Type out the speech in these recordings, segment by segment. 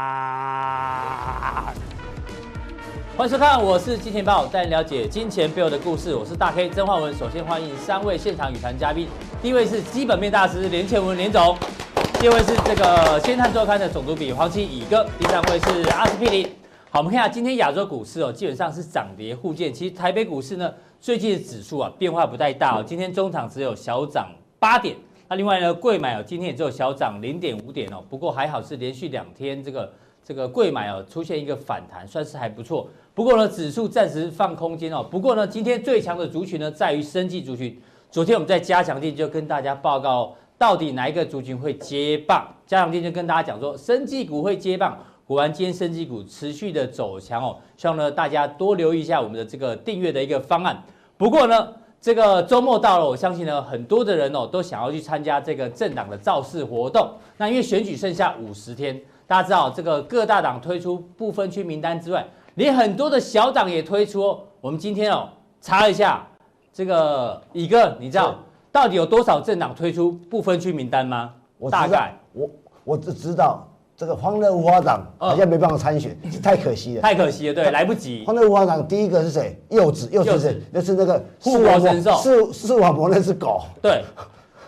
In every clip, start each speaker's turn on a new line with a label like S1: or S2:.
S1: 啊！ 欢迎收看，我是金钱豹，带您了解金钱背后的故事。我是大 K 曾焕文。首先欢迎三位现场语坛嘉宾，第一位是基本面大师连前文连总，第二位是这个《先探周刊》的总主笔黄奇乙哥，第三位是阿司匹林。好，我们看一下今天亚洲股市哦，基本上是涨跌互见。其实台北股市呢，最近的指数啊变化不太大哦，今天中场只有小涨八点。那另外呢，贵买哦，今天也只有小涨零点五点哦，不过还好是连续两天这个这个贵买哦出现一个反弹，算是还不错。不过呢，指数暂时放空间哦。不过呢，今天最强的族群呢在于生技族群。昨天我们在加强店就跟大家报告哦，到底哪一个族群会接棒？加强店就跟大家讲说，生技股会接棒。果然，今天生技股持续的走强哦，希望呢大家多留意一下我们的这个订阅的一个方案。不过呢，这个周末到了，我相信呢很多的人哦都想要去参加这个政党的造势活动。那因为选举剩下五十天，大家知道这个各大党推出不分区名单之外，连很多的小党也推出、哦。我们今天哦查一下，这个乙哥，你知道到底有多少政党推出不分区名单吗？
S2: 我
S1: 大
S2: 知道
S1: 概
S2: 我我只知道这个欢乐无花党
S1: 啊
S2: 好像没办法参选，太可惜了。
S1: 太可惜了，对，来不及。
S2: 欢乐无花党第一个是谁？柚子，柚子是
S1: 柚子
S2: 谁？那是那个
S1: 护国神兽
S2: 视视网膜那只狗。
S1: 对，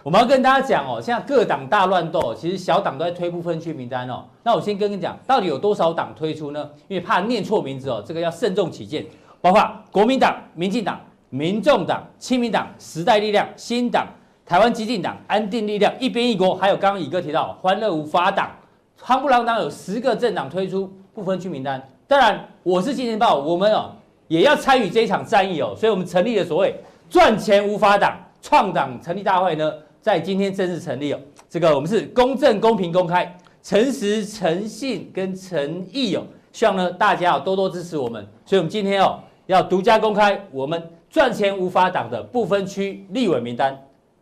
S1: 我们要跟大家讲哦，现在各党大乱斗，其实小党都在推不分区名单哦。那我先跟你讲，到底有多少党推出呢？因为怕念错名字哦，这个要慎重起见，包括国民党、民进党、民众党、亲民党、时代力量、新党、台湾激进党、安定力量、一边一国，还有刚刚乙哥提到欢乐无法党，夯不啷当有十个政党推出不分区名单。当然，我是金钱豹，我们哦也要参与这一场战役哦，所以我们成立了所谓赚钱无法党创党成立大会呢，在今天正式成立哦。这个我们是公正、公平、公开、诚实、诚信跟诚意哦，希望呢大家哦多多支持我们。所以我们今天哦要独家公开我们赚钱无法党的不分区立委名单。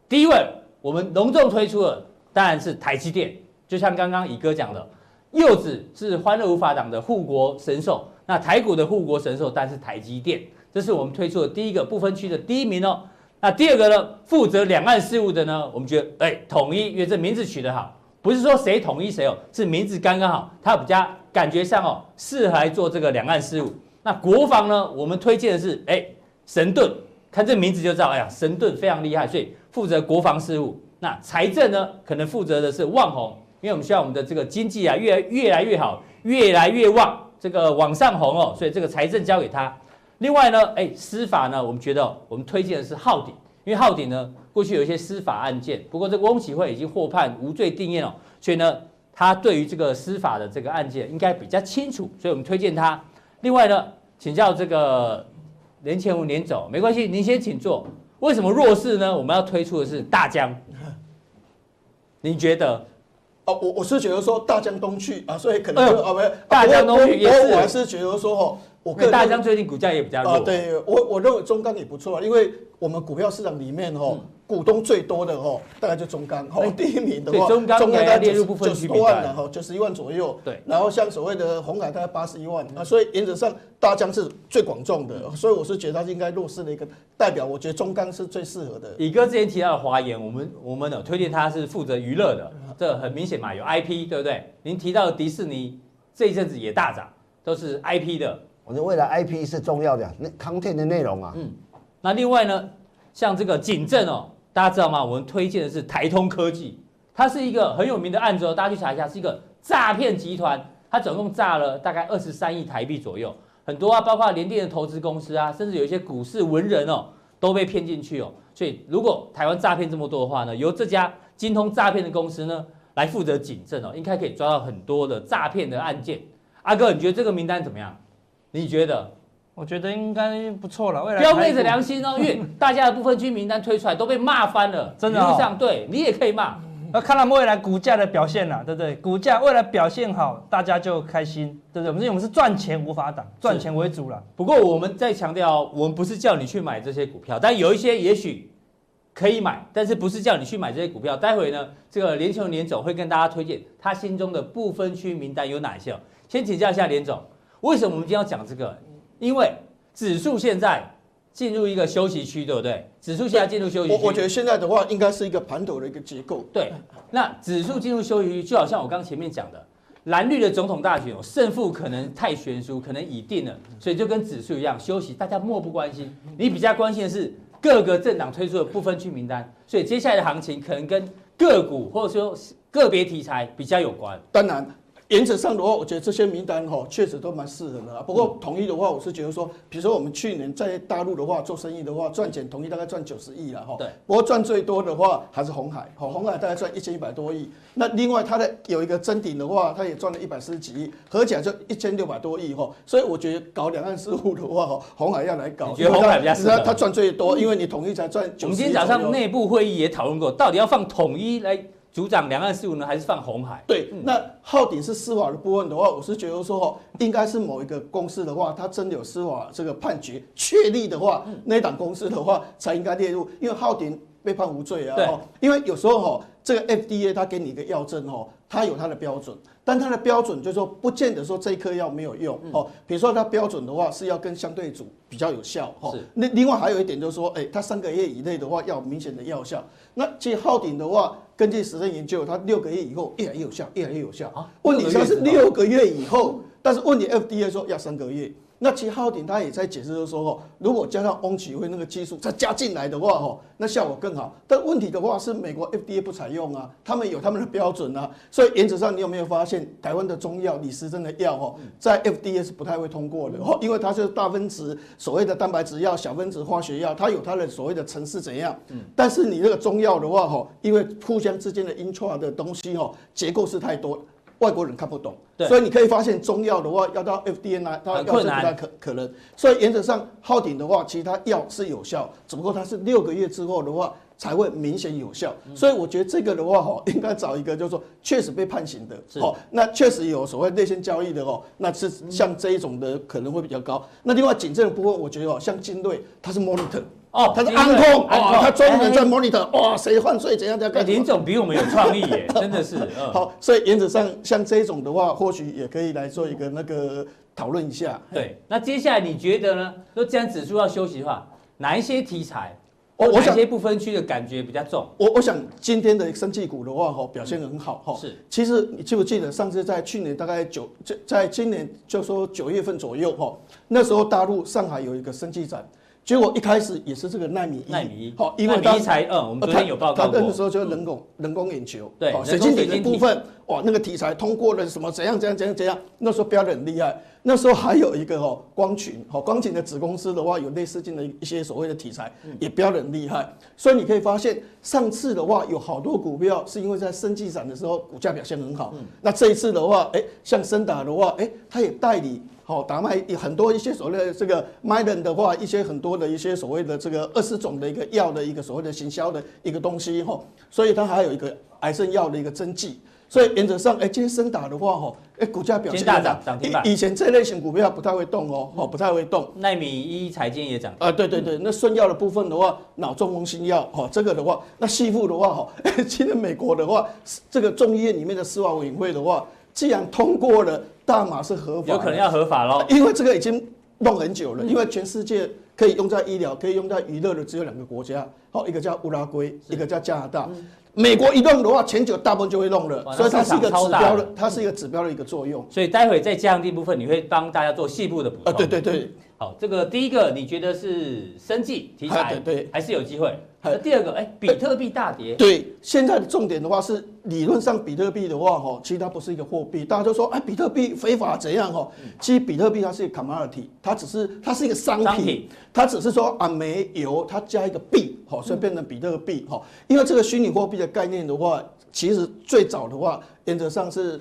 S1: 第一位，我们隆重推出的当然是台积电，就像刚刚乙哥讲的，柚子是欢乐无法党的护国神兽，那台股的护国神兽当然是台积电，这是我们推出的第一个不分区的第一名哦。那第二个呢，负责两岸事务的呢，我们觉得哎、统一，因为这名字取得好，不是说谁统一谁哦，是名字刚刚好，它比较感觉上哦适合来做这个两岸事务。那国防呢，我们推荐的是哎、神盾，看这名字就知道，哎呀，神盾非常厉害，所以负责国防事务。那财政呢，可能负责的是旺宏，因为我们希望我们的这个经济啊越来越来越好，越来越旺，这个往上红哦，所以这个财政交给他。另外呢，哎，司法呢，我们觉得哦我们推荐的是浩鼎，因为浩鼎呢过去有一些司法案件，不过这个翁启惠已经获判无罪定谳哦，所以呢，他对于这个司法的这个案件应该比较清楚，所以我们推荐他。另外呢，请教这个连前文连走，没关系，您先请坐。为什么弱势呢？我们要推出的是大疆， 你觉得？
S3: 啊，我我是觉得说大江东去啊，所以可能就
S1: 哎呦
S3: 啊不是
S1: 大江东去也
S3: 我
S1: 是
S3: 我还是觉得说哈，我
S1: 因
S3: 个
S1: 为
S3: 人
S1: 大疆最近股价也比较弱，
S3: 啊，对我我认为中钢也不错啊，因为我们股票市场里面
S4: 嗯
S3: 哦，股东最多的哦，大概就中钢哦，
S4: 哎
S3: 第一名的
S1: 所以
S3: 话，
S1: 中钢
S3: 中
S1: 也
S3: 钢
S1: 要
S3: 大概
S1: 列入部
S3: 九十
S1: 分
S3: 九
S1: 区
S3: 十
S1: 名
S3: 多
S1: 单
S3: 万了哈，九十一万左右，
S1: 对
S3: 然后像所谓的红海大概八十一万啊，所以原则上大疆是最广众的，
S4: 嗯
S3: 所以我是觉得它应该弱势的一个代表，我觉得中钢是最适合的。
S1: 乙哥之前提到的华研，我们我们有推荐他是负责娱乐
S3: 嗯
S1: 的，这很明显嘛，有 IP 对不对？您提到的迪士尼这一阵子也大涨，都是 IP 的。
S2: 我觉得未来 IP 是重要的，那 content 的内容啊，
S1: 那另外呢，像这个景正哦，大家知道吗？我们推荐的是台通科技，它是一个很有名的案子哦，大家去查一下，是一个诈骗集团，它总共诈了大概二十三亿台币左右，很多啊，包括联电的投资公司啊，甚至有一些股市文人哦，都被骗进去哦。所以如果台湾诈骗这么多的话呢，由这家精通诈骗的公司呢来负责警政哦，应该可以抓到很多的诈骗的案件。阿哥，你觉得这个名单怎么样？你觉得？
S4: 我觉得应该不错 了。未来
S1: 不要昧着
S4: 台
S1: 良心哦，因为大家的部分区名单推出来都被骂翻了，
S4: 真的哦
S1: 一路上对你也可以骂，
S4: 股，要看他们未来股价的表现啦，对不对？股价未来表现好，大家就开心，对不对？我们是我们是赚钱无法挡，赚钱为主啦。
S1: 不过我们在强调，我们不是叫你去买这些股票，但有一些也许可以买，但是不是叫你去买这些股票。待会呢，这个连球连总会跟大家推荐他心中的不分区名单有哪些哦。先请教一下连总，为什么我们今天要讲这个？因为指数现在进入一个休息区，对不对？指数现在进入休息
S3: 我
S1: 区，
S3: 我觉得现在的话，应该是一个盘头的一个结构。
S1: 对，那指数进入休息区，就好像我刚前面讲的，蓝绿的总统大选，胜负可能太悬殊，可能已定了，所以就跟指数一样休息，大家漠不关心。你比较关心的是各个政党推出的不分区名单，所以接下来的行情可能跟个股或者说个别题材比较有关。
S3: 当然，原则上的话，我觉得这些名单哈、确实都蛮适合的啦。不过统一的话，我是觉得说，比如说我们去年在大陆的话做生意的话，赚钱统一大概赚九十亿了哈。
S1: 对。
S3: 不过赚最多的话还是红海，哈、红海大概赚一千一百多亿。那另外它的有一个真鼎的话，它也赚了一百四十几亿，合起来就一千六百多亿哈、所以我觉得搞两岸事务的话，哈， 红海要来搞，
S1: 你觉得红海比较适合
S3: 因为它它赚最多，因为你统一才赚
S1: 我
S3: 九
S1: 们
S3: 十
S1: 今
S3: 亿
S1: 天早
S3: 左右。
S1: 上内部会议也讨论过，到底要放统一来主掌两岸事务呢，还是放红海？
S3: 对，那浩鼎是司法的部分的话，我是觉得说哦，应该是某一个公司的话，它真的有司法这个判决确立的话，
S1: 嗯
S3: 那一档公司的话才应该列入，因为浩鼎被判无罪啊。
S1: 对
S3: 哦，因为有时候哦，这个 FDA 它给你一个药证哦，它有它的标准，但它的标准就是说，不见得说这一颗药没有用
S1: 嗯
S3: 哦。比如说它标准的话是要跟相对组比较有效哦
S1: 是。
S3: 那另外还有一点就是说，哎、它三个月以内的话要有明显的药效。那其实浩鼎的话，根据实证研究，它六个月以后越来越有效，越来越有效。
S1: 啊
S3: 问题现在是
S1: 六
S3: 六个月以后，但是问题 FDA 说要三个月。那其实浩鼎他也在解释，就是说哦，如果加上翁启辉那个技术再加进来的话，哦，那效果更好。但问题的话是美国 FDA 不采用啊，他们有他们的标准啊，所以原则上你有没有发现台湾的中药李时珍的药哦，在 FDA 是不太会通过的哦，因为它是大分子所谓的蛋白质药、小分子化学药，它有它的所谓的层次怎样。
S1: 嗯
S3: 但是你这个中药的话哦，因为互相之间的 intra 的东西哦，结构是太多。外国人看不懂
S1: 对，
S3: 所以你可以发现中药的话，要到 FDA 拿它
S1: 很
S3: 药
S1: 困
S3: 是不
S1: 难
S3: 太可可能。所以原则上，浩鼎的话，其实它药是有效，只不过它是六个月之后的话才会明显有效。
S1: 嗯
S3: 所以我觉得这个的话，哈，应该找一个就是说确实被判刑的
S1: 是，嗯
S3: 哦，那确实有所谓内线交易的哦，那是像这一种的可能会比较高。那另外警政的部分，我觉得哦，像金瑞它是 monitor。
S1: 哦
S3: 它是
S1: 金瑞
S3: 安控，
S1: 安
S3: 哦
S1: 控，
S3: 它专门在
S1: 哎
S3: monitor，哇，谁犯罪怎样怎样
S1: 哎
S3: 干什么
S1: 林总比我们有创意耶，真的是。嗯，
S3: 好，所以原则上像这种的话，或许也可以来做一个那个讨论一下。
S1: 对。那接下来你觉得呢？说既然指数要休息的话，哪一些题材？
S3: 我哦我
S1: 哪一
S3: 想
S1: 些不分区的感觉比较重？
S3: 我我想今天的生技股的话，哈，表现很好哈。
S1: 是，
S3: 其实你记不记得上次在去年大概九，在在今年就说九月份左右哈，那时候大陆上海有一个生技展，结果一开始也是这个纳米一，
S1: 纳米一，
S3: 好，因为
S1: 纳
S3: 当哦
S1: 米一才嗯，我们昨天有报
S3: 他
S1: 告
S3: 他那
S1: 过嗯
S3: 个时。候就是人工、人工眼球，
S1: 对
S3: 哦
S1: 人
S3: 水
S1: 工
S3: 晶体
S1: 水晶体
S3: 的部分，哇，那个题材通过了什么怎样怎样怎样怎样，那时候标的很厉害。那时候还有一个哦，光群哦，光群的子公司的话，有类似性的一些所谓的题材，也标的很厉害。所以你可以发现，上次的话有好多股票是因为在升技展的时候股价表现很好，那这一次的话，哎，像森达的话，哎，它也代理好、达麦很多一些所谓的这个 m y l a n 的话，一些很多的一些所谓的这个二十种的一个药的一个所谓的行销的一个东西哈、所以它还有一个癌症药的一个针剂。所以原则上，哎、今天深打的话，哈，哎，股价表现
S1: 今天大
S3: 很好
S1: 涨涨停板
S3: 以以前这类型股票不太会动哦，哦，不太会动。
S1: 纳米一财经也涨停，
S3: 啊，对对对，
S1: 嗯
S3: 那顺药的部分的话，脑中风新药哦，这个的话，那西部的话哈、哦， 今天美国的话，这个众议院里面的司法委员会的话，既然通过了大麻是合法的，
S1: 有可能要合法喽。
S3: 因为这个已经弄很久了，因为全世界可以用在医疗、可以用在娱乐的只有两个国家，好，一个叫乌拉圭，一个叫加拿大。美国一弄的话，全球大部分就会弄了
S1: 嗯哇，
S3: 所以它
S1: 那市
S3: 是一
S1: 场
S3: 个
S1: 超
S3: 指
S1: 大
S3: 标
S1: 的
S3: 的，它是一个指标的一个作用。
S1: 所以待会在降低部分，你会帮大家做细部的补充。
S3: 啊，对对对，
S1: 好，这个第一个你觉得是生计题材，
S3: 哎对对
S1: 还是有机会。
S3: 哎
S1: 那第二个，哎，比特币大跌，
S3: 对，现在的重点的话是，理论上比特币的话，哈，其实它不是一个货币，大家都说，哎，比特币非法怎样哈？其实比特币它是一个 commodity，它只是它是一个商品，
S1: 商品
S3: 它只是说啊煤油，它加一个币，好，所以变成比特币哈。因为这个虚拟货币的概念的话，其实最早的话，原则上是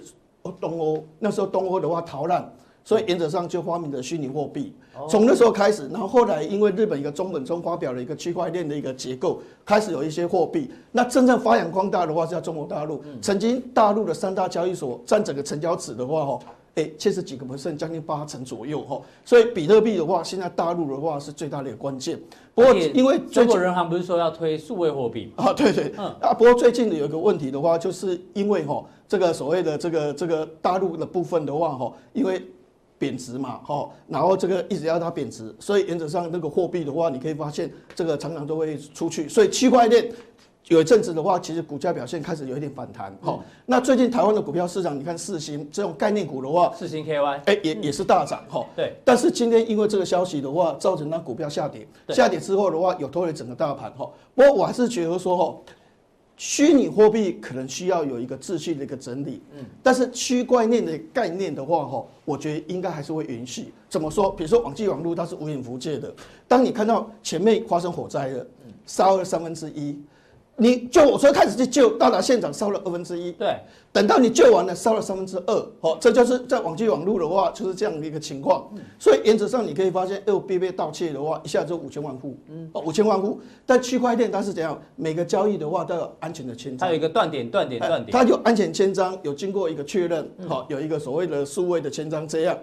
S3: 东欧，那时候东欧的话逃难。所以原则上就发明了虚拟货币，
S1: 哦
S3: 从那时候开始，然后后来因为日本一个中本聪发表了一个区块链的一个结构，开始有一些货币。那真正发扬光大的话是在中国大陆，
S1: 嗯
S3: 曾经大陆的三大交易所占整个成交值的话，哈，哎，七十几个 percent，将近八成左右，哈。所以比特币的话，现在大陆的话是最大的一个关键。不过
S1: 而且
S3: 因为
S1: 中
S3: 最近
S1: 国人行不是说要推数位货币吗？
S3: 啊，对对，
S1: 嗯
S3: 啊，不过最近的有一个问题的话，就是因为哈、这个所谓的这个这个大陆的部分的话哈、因为贬值嘛，哦，然后这个一直要它贬值，所以原则上那个货币的话，你可以发现这个常常都会出去，所以区块链。有一阵子的话，其实股价表现开始有一点反弹，好、那最近台湾的股票市场，你看四星这种概念股的话，
S1: 四星 KY，
S3: 哎、也也是大涨哈。
S1: 嗯对。
S3: 但是今天因为这个消息的话，造成它股票下跌，
S1: 对
S3: 下跌之后的话，有拖累整个大盘哈。不过我还是觉得说哈，虚拟货币可能需要有一个秩序的一个整理，嗯。但是区块链的概念的话哈，我觉得应该还是会延续。怎么说？比如说网际网络它是无远弗届的，当你看到前面发生火灾了，
S1: 嗯
S3: 烧了三分之一。你救火车开始去救，到达现场烧了二分之一，
S1: 对，
S3: 等到你救完了，烧了三分之二，好，这就是在网际网络的话，就是这样的一个情况。
S1: 嗯
S3: 所以原则上你可以发现，L B 被盗窃的话，一下就五千万户，嗯，哦，五千万户。但区块链它是怎样？每个交易的话都有安全的签
S1: 它
S3: 章
S1: 有一，个断点、断点、
S3: 哎
S1: 断点。嗯
S3: 它有安全签章，有经过一个确认，好，有一个所谓的数位的签章这样。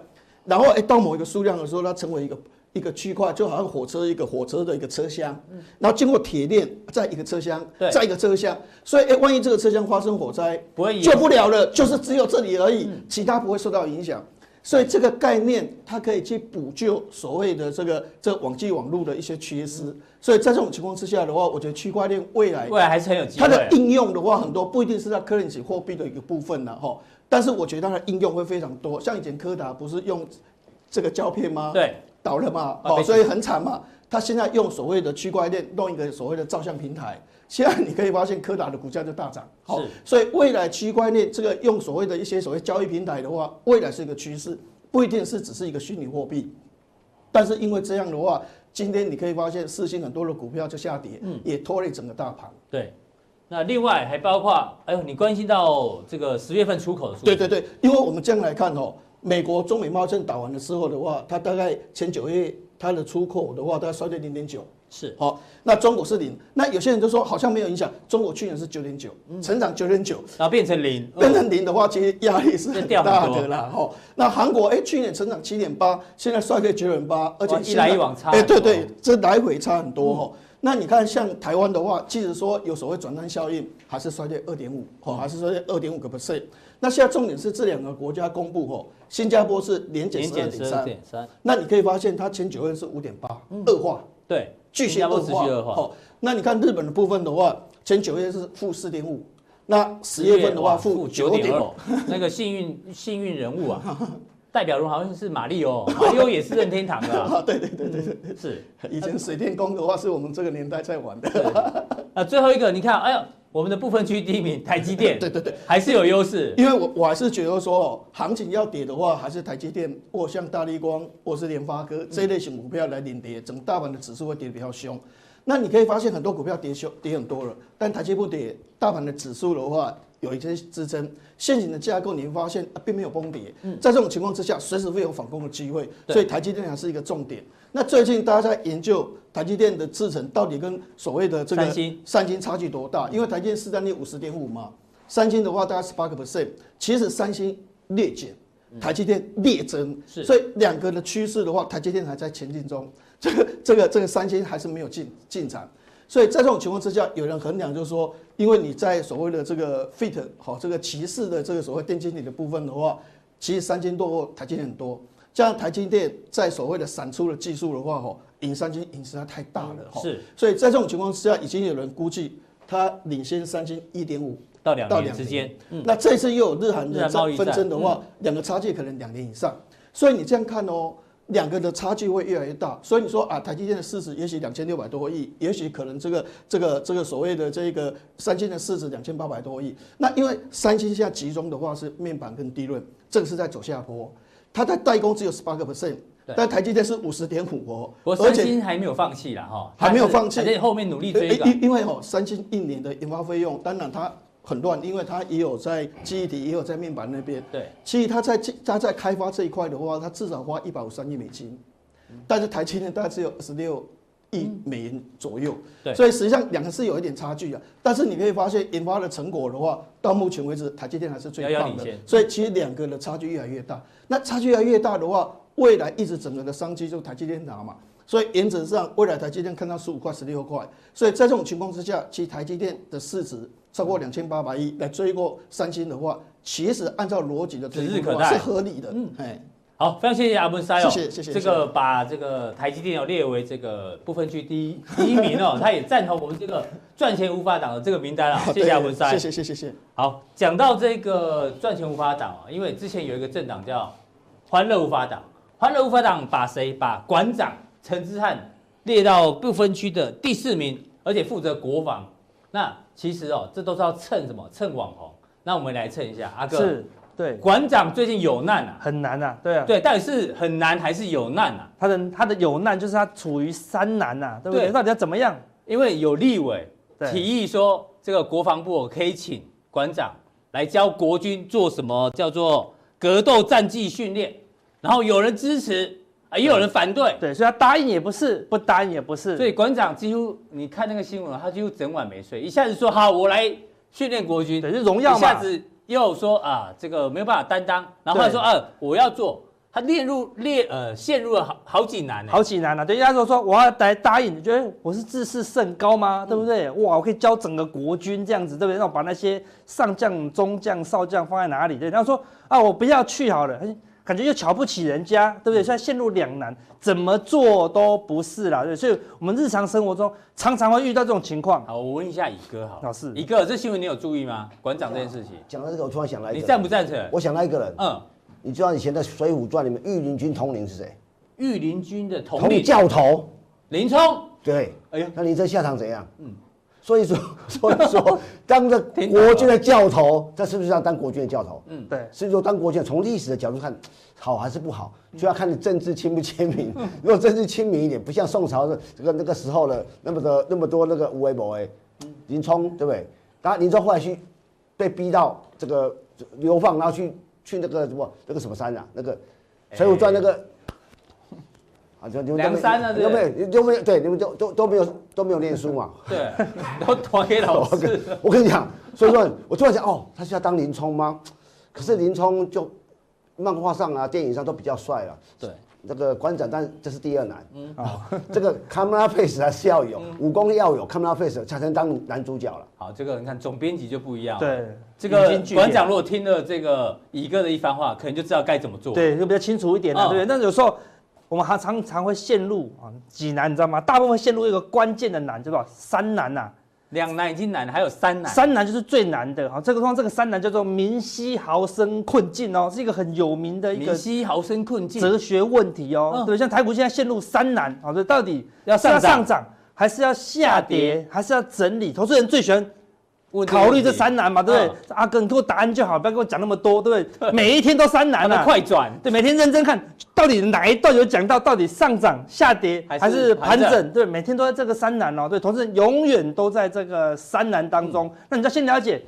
S3: 然后，哎，到某一个数量的时候，它成为一个一个区块，就好像火车一个火车的一个车厢，然后经过铁链，在一个车厢
S1: 嗯对，
S3: 在一个车厢。所以，哎，万一这个车厢发生火灾，
S1: 不会
S3: 救
S1: 延
S3: 不了了，就是只有这里而已，其他不会受到影响。所以这个概念，它可以去补救所谓的这个这网际网络的一些缺失。所以在这种情况之下的话，我觉得区块链未来
S1: 未来还是很有机
S3: 哎它
S1: 会
S3: 的
S1: 的。
S3: 应用的话，很多不一定是在 currency 货币的一个部分了哈。但是我觉得它的应用会非常多，像以前柯达不是用这个胶片吗？
S1: 对，
S3: 倒了嘛，
S1: 啊被
S3: 哦，
S1: 禁
S3: 所以很惨嘛。他现在用所谓的区块链弄一个所谓的照相平台， 现在你可以发现柯达的股价就大涨，好
S1: 是，
S3: 所以未来区块链这个用所谓的一些所谓交易平台的话，未来是一个趋势，不一定是只是一个虚拟货币，但是因为这样的话，今天你可以发现四星很多的股票就下跌，
S1: 嗯
S3: 也拖累整个大盘。
S1: 对，那另外还包括，哎呦，你关心到这个十月份出口的数
S3: 对
S1: 字，
S3: 对对，因为我们这样来看哦，美国中美贸易战打完了之后的话，它大概前九月它的出口的话，大概衰退零点九，
S1: 是
S3: 好、哦那中国是零，那有些人就说好像没有影响，中国去年是九点九，
S1: 嗯
S3: 成长九点九。
S1: 然后变成零，
S3: 变
S1: 哦
S3: 成零的话，其实压力是
S1: 这
S3: 很
S1: 掉很
S3: 大
S1: 多
S3: 的啦。吼，那韩国哎、去年成长七点八，现在衰退九点八，而且
S1: 哇一
S3: 现在
S1: 来一往差
S3: 哎、
S1: 很
S3: 对
S1: 多嗯
S3: 对，这来回差很多吼。那你看，像台湾的话，即使说有所谓转单效应，还是衰退二点五，哦，
S1: 嗯
S3: 还是衰退二点五个 percent。那现在重点是这两个国家公布哦，新加坡是年减
S1: 年
S3: 十二
S1: 减
S3: 点
S1: 十二
S3: 三，
S1: 点嗯三，
S3: 那你可以发现它前九月是五点八，恶化，
S1: 对，
S3: 巨
S1: 新
S3: 星
S1: 加坡
S3: 恶
S1: 持续
S3: 化。
S1: 恶化，
S3: 哦，那你看日本的部分的话，前九月是负四点五，那十月份的话
S1: 哇
S3: 负九
S1: 9.2
S3: 点二。
S1: 那个幸运幸运人物啊， 代表人好像是马里欧，马里欧也是任天堂的 啊，
S3: 啊，对对对对对，
S1: 是。
S3: 以前水电工的话是我们这个年代在玩的。
S1: 那最后一个，你看，哎呦，我们的部分区第一名台积电，
S3: 对对对，
S1: 还是有优势，
S3: 因为我我还是觉得说，哦，行情要跌的话，还是台积电或像大力光或是联发科这一类型股票来领跌，整个大盘的指数会跌得比较凶。那你可以发现很多股票跌凶跌很多了，但台积不跌，大盘的指数的话有一些支撑，现行的架构你会发现、啊并没有崩跌，在这种情况之下，随时会有反攻的机会，
S1: 嗯对
S3: 所以台积电还是一个重点。那最近大家在研究台积电的制程到底跟所谓的这个
S1: 三星
S3: 三星差距多大？因为台积电市占率五十点五嘛，三星的话大概十八个 percent，其实三星略减，台积电略增，
S1: 嗯是
S3: 所以两个的趋势的话，台积电还在前进中， 这个这个这个三星还是没有进进场。所以在这种情况之下，有人衡量就是说，因为你在所谓的这个 fit 好、这个骑士的这个所谓电晶体的部分的话，其实三星多过台积电很多。加上台积电在所谓的闪出的技术的话，吼，赢三星赢实在太大了，
S1: 嗯
S3: 吼。
S1: 是
S3: 所以在这种情况之下，已经有人估计它领先三星一点五
S1: 到两
S3: 到
S1: 年
S3: 两
S1: 之间，
S3: 那这次又有日韩
S1: 嗯日
S3: 的
S1: 韩贸易
S3: 战
S1: 战嗯
S3: 纷争的话，两个差距可能两年以上。所以你这样看哦，两个的差距会越来越大。所以你说啊，台积电的市值也许两千六百多亿，也许可能这个这个这个所谓的这个三星的市值两千八百多亿。那因为三星现在集中的话是面板跟低润，这个是在走下坡，它在代工只有十八个 percent，
S1: 对
S3: 但台积电是五十点五
S1: 不
S3: 哦
S1: 过，
S3: 而
S1: 三
S3: 且
S1: 星还没有放弃啦，哈，
S3: 还没有放弃
S1: 还在后面努力追
S3: 因
S1: 赶。
S3: 因因为哦，三星一年的研发费用，当然它很乱，因为它也有在记忆体，也有在面板那边。
S1: 对，
S3: 其实它在这它在开发这一块的话，它至少花一百五三亿美金，但是台积电大概只有十六亿美元左右。
S1: 对
S3: 所以实际上两个是有一点差距啊。但是你可以发现，研发的成果的话，到目前为止，台积电还是最
S1: 遥遥
S3: 棒
S1: 领
S3: 的
S1: 先。
S3: 所以其实两个的差距越来越大。那差距越来越大的话，未来一直整个的商机就台积电拿嘛。所以原则上，未来台积电看到十五块、十六块，所以在这种情况之下，其实台积电的市值超过两千八百亿来追过三星的话，其实按照逻辑的追
S1: 指日
S3: 估的
S1: 可
S3: 话
S1: 待
S3: 是合理的。嗯，哎，
S1: 好，非常谢谢阿文塞哦，
S3: 谢谢谢谢
S1: 这个把这个台积电哦列为这个不分区第一第一名 哦，他也赞同我们这个赚钱无法挡的这个名单啊，谢谢阿文 塞。
S3: 谢谢谢谢谢谢。
S1: 好，讲到这个赚钱无法挡啊，因为之前有一个政党叫欢乐无法挡，欢乐无法挡把谁把馆长陈之汉列到不分区的第四名，而且负责国防。那其实哦，这都是要蹭什么？蹭网红。那我们来蹭一下阿哥，
S4: 是，对，
S1: 馆长最近有难啊，
S4: 很难啊，对啊，
S1: 对，到底是很难还是有难啊？
S4: 他的他的有难就是他处于三难呐、对不对？
S1: 对
S4: 到底要怎么样？
S1: 因为有立委
S4: 对
S1: 提议说，这个国防部可以请馆长来教国军做什么叫做格斗战技训练，然后有人支持，啊，也有人反对，
S4: 对，所以他答应也不是，不答应也不是，
S1: 所以馆长几乎你看那个新闻，他几乎整晚没睡，一下子说好我来训练国军，
S4: 对，就荣耀
S1: 一下
S4: 嘛，
S1: 子又说啊这个没有办法担当，然后他说啊我要做，他列入列呃陷入了好好几难呢，
S4: 好几难啊。对，人家说说我要来答应，你觉得我是自视甚高吗？
S1: 嗯
S4: 对不对？哇，我可以教整个国军这样子，对不对？那我把那些上将、中将、少将放在哪里？对，然后说啊，我不要去好了。哎感觉又瞧不起人家，对不
S1: 嗯
S4: 对？现在陷入两难，怎么做都不是啦，对。所以我们日常生活中常常会遇到这种情况。
S1: 好我问一下乙哥好了，
S4: 老师
S1: 乙哥这新闻你有注意吗？馆长这件事情。
S2: 讲到这个，我突然想
S4: 哎
S2: 来一
S1: 你
S2: 个
S1: 赞
S2: 人，
S1: 不赞成？
S2: 我想到一个人，
S1: 嗯，
S2: 你知道以前的《水浒传》里面御林军统领是谁？
S1: 御林军的统
S2: 佟
S1: 领
S2: 教头。
S1: 林冲，
S2: 对，
S1: 哎呀，
S2: 那林这下场怎样？嗯，所以说， 所以 说，当着国军的教头，他是不是要当国军的教头？嗯，
S4: 对，
S2: 所以说，当国军从历史的角度看，好还是不好，
S1: 嗯
S2: 就要看你政治亲不亲民。 如果政治亲民一点，不像宋朝的这个那个时候的那么的那么多那个无为不为，
S1: 嗯
S2: 林冲对不对？当然，林冲后来去被逼到这个流放，然后去去那个什么那个什么山啊，那个《水浒传》那个。啊，就你们都没
S1: 哎梁山啊对
S2: 都没有，都没有，对，你们都都都没有都没有念书嘛。
S1: 对， 都传给老师。
S2: 我跟你讲，所以说我突然想，哦，他是要当林冲吗？可是林冲就漫画上啊、电影上都比较帅了。
S1: 对，
S2: 那个馆长，但这是第二难。嗯，这个 camera face 还是要有，
S1: 嗯
S2: 武功要有 camera face 才能当男主角了。
S1: 好，这个你看总编辑就不一样。，
S4: 对，
S1: 这
S4: 引
S1: 个
S4: 经据典
S1: 馆长如果听了这个乙哥的一番话，可能就知道该怎么做。，
S4: 对，就比较清楚一点
S1: 嗯
S4: 啊了，对不对？但有时候我们还常常会陷入啊几难，你知道吗？大部分陷入一个关键的难，叫做三难呐、
S1: 两难已经难了，还有三难。
S4: 三难就是最难的，好，这个通常这个三难叫做明晰豪生困境哦，是一个很有名的一
S1: 明
S4: 个
S1: 晰豪生困境，
S4: 哲学问题哦
S1: 嗯。
S4: 对，像台股现在陷入三难，好，这到底
S1: 要
S4: 是
S1: 上
S4: 要
S1: 涨
S4: 上涨，还是要下跌，还是要整理？投资人最喜欢
S1: 问个
S4: 考虑这
S1: 问题
S4: 三难嘛，对
S1: 嗯
S4: 不对？阿哥，你给我答案就好，不要跟我讲那么多，对不对？每一天都三
S1: 让
S4: 难
S1: 他
S4: 啊。
S1: 快转。
S4: 对，每天认真看，到底哪一段有讲到，到底上涨、下跌
S1: 还是
S4: 还是盘
S1: 盘
S4: 整？对，每天都在这个三难哦。对，投资人永远都在这个三难当
S1: 嗯
S4: 中。那你要先了解，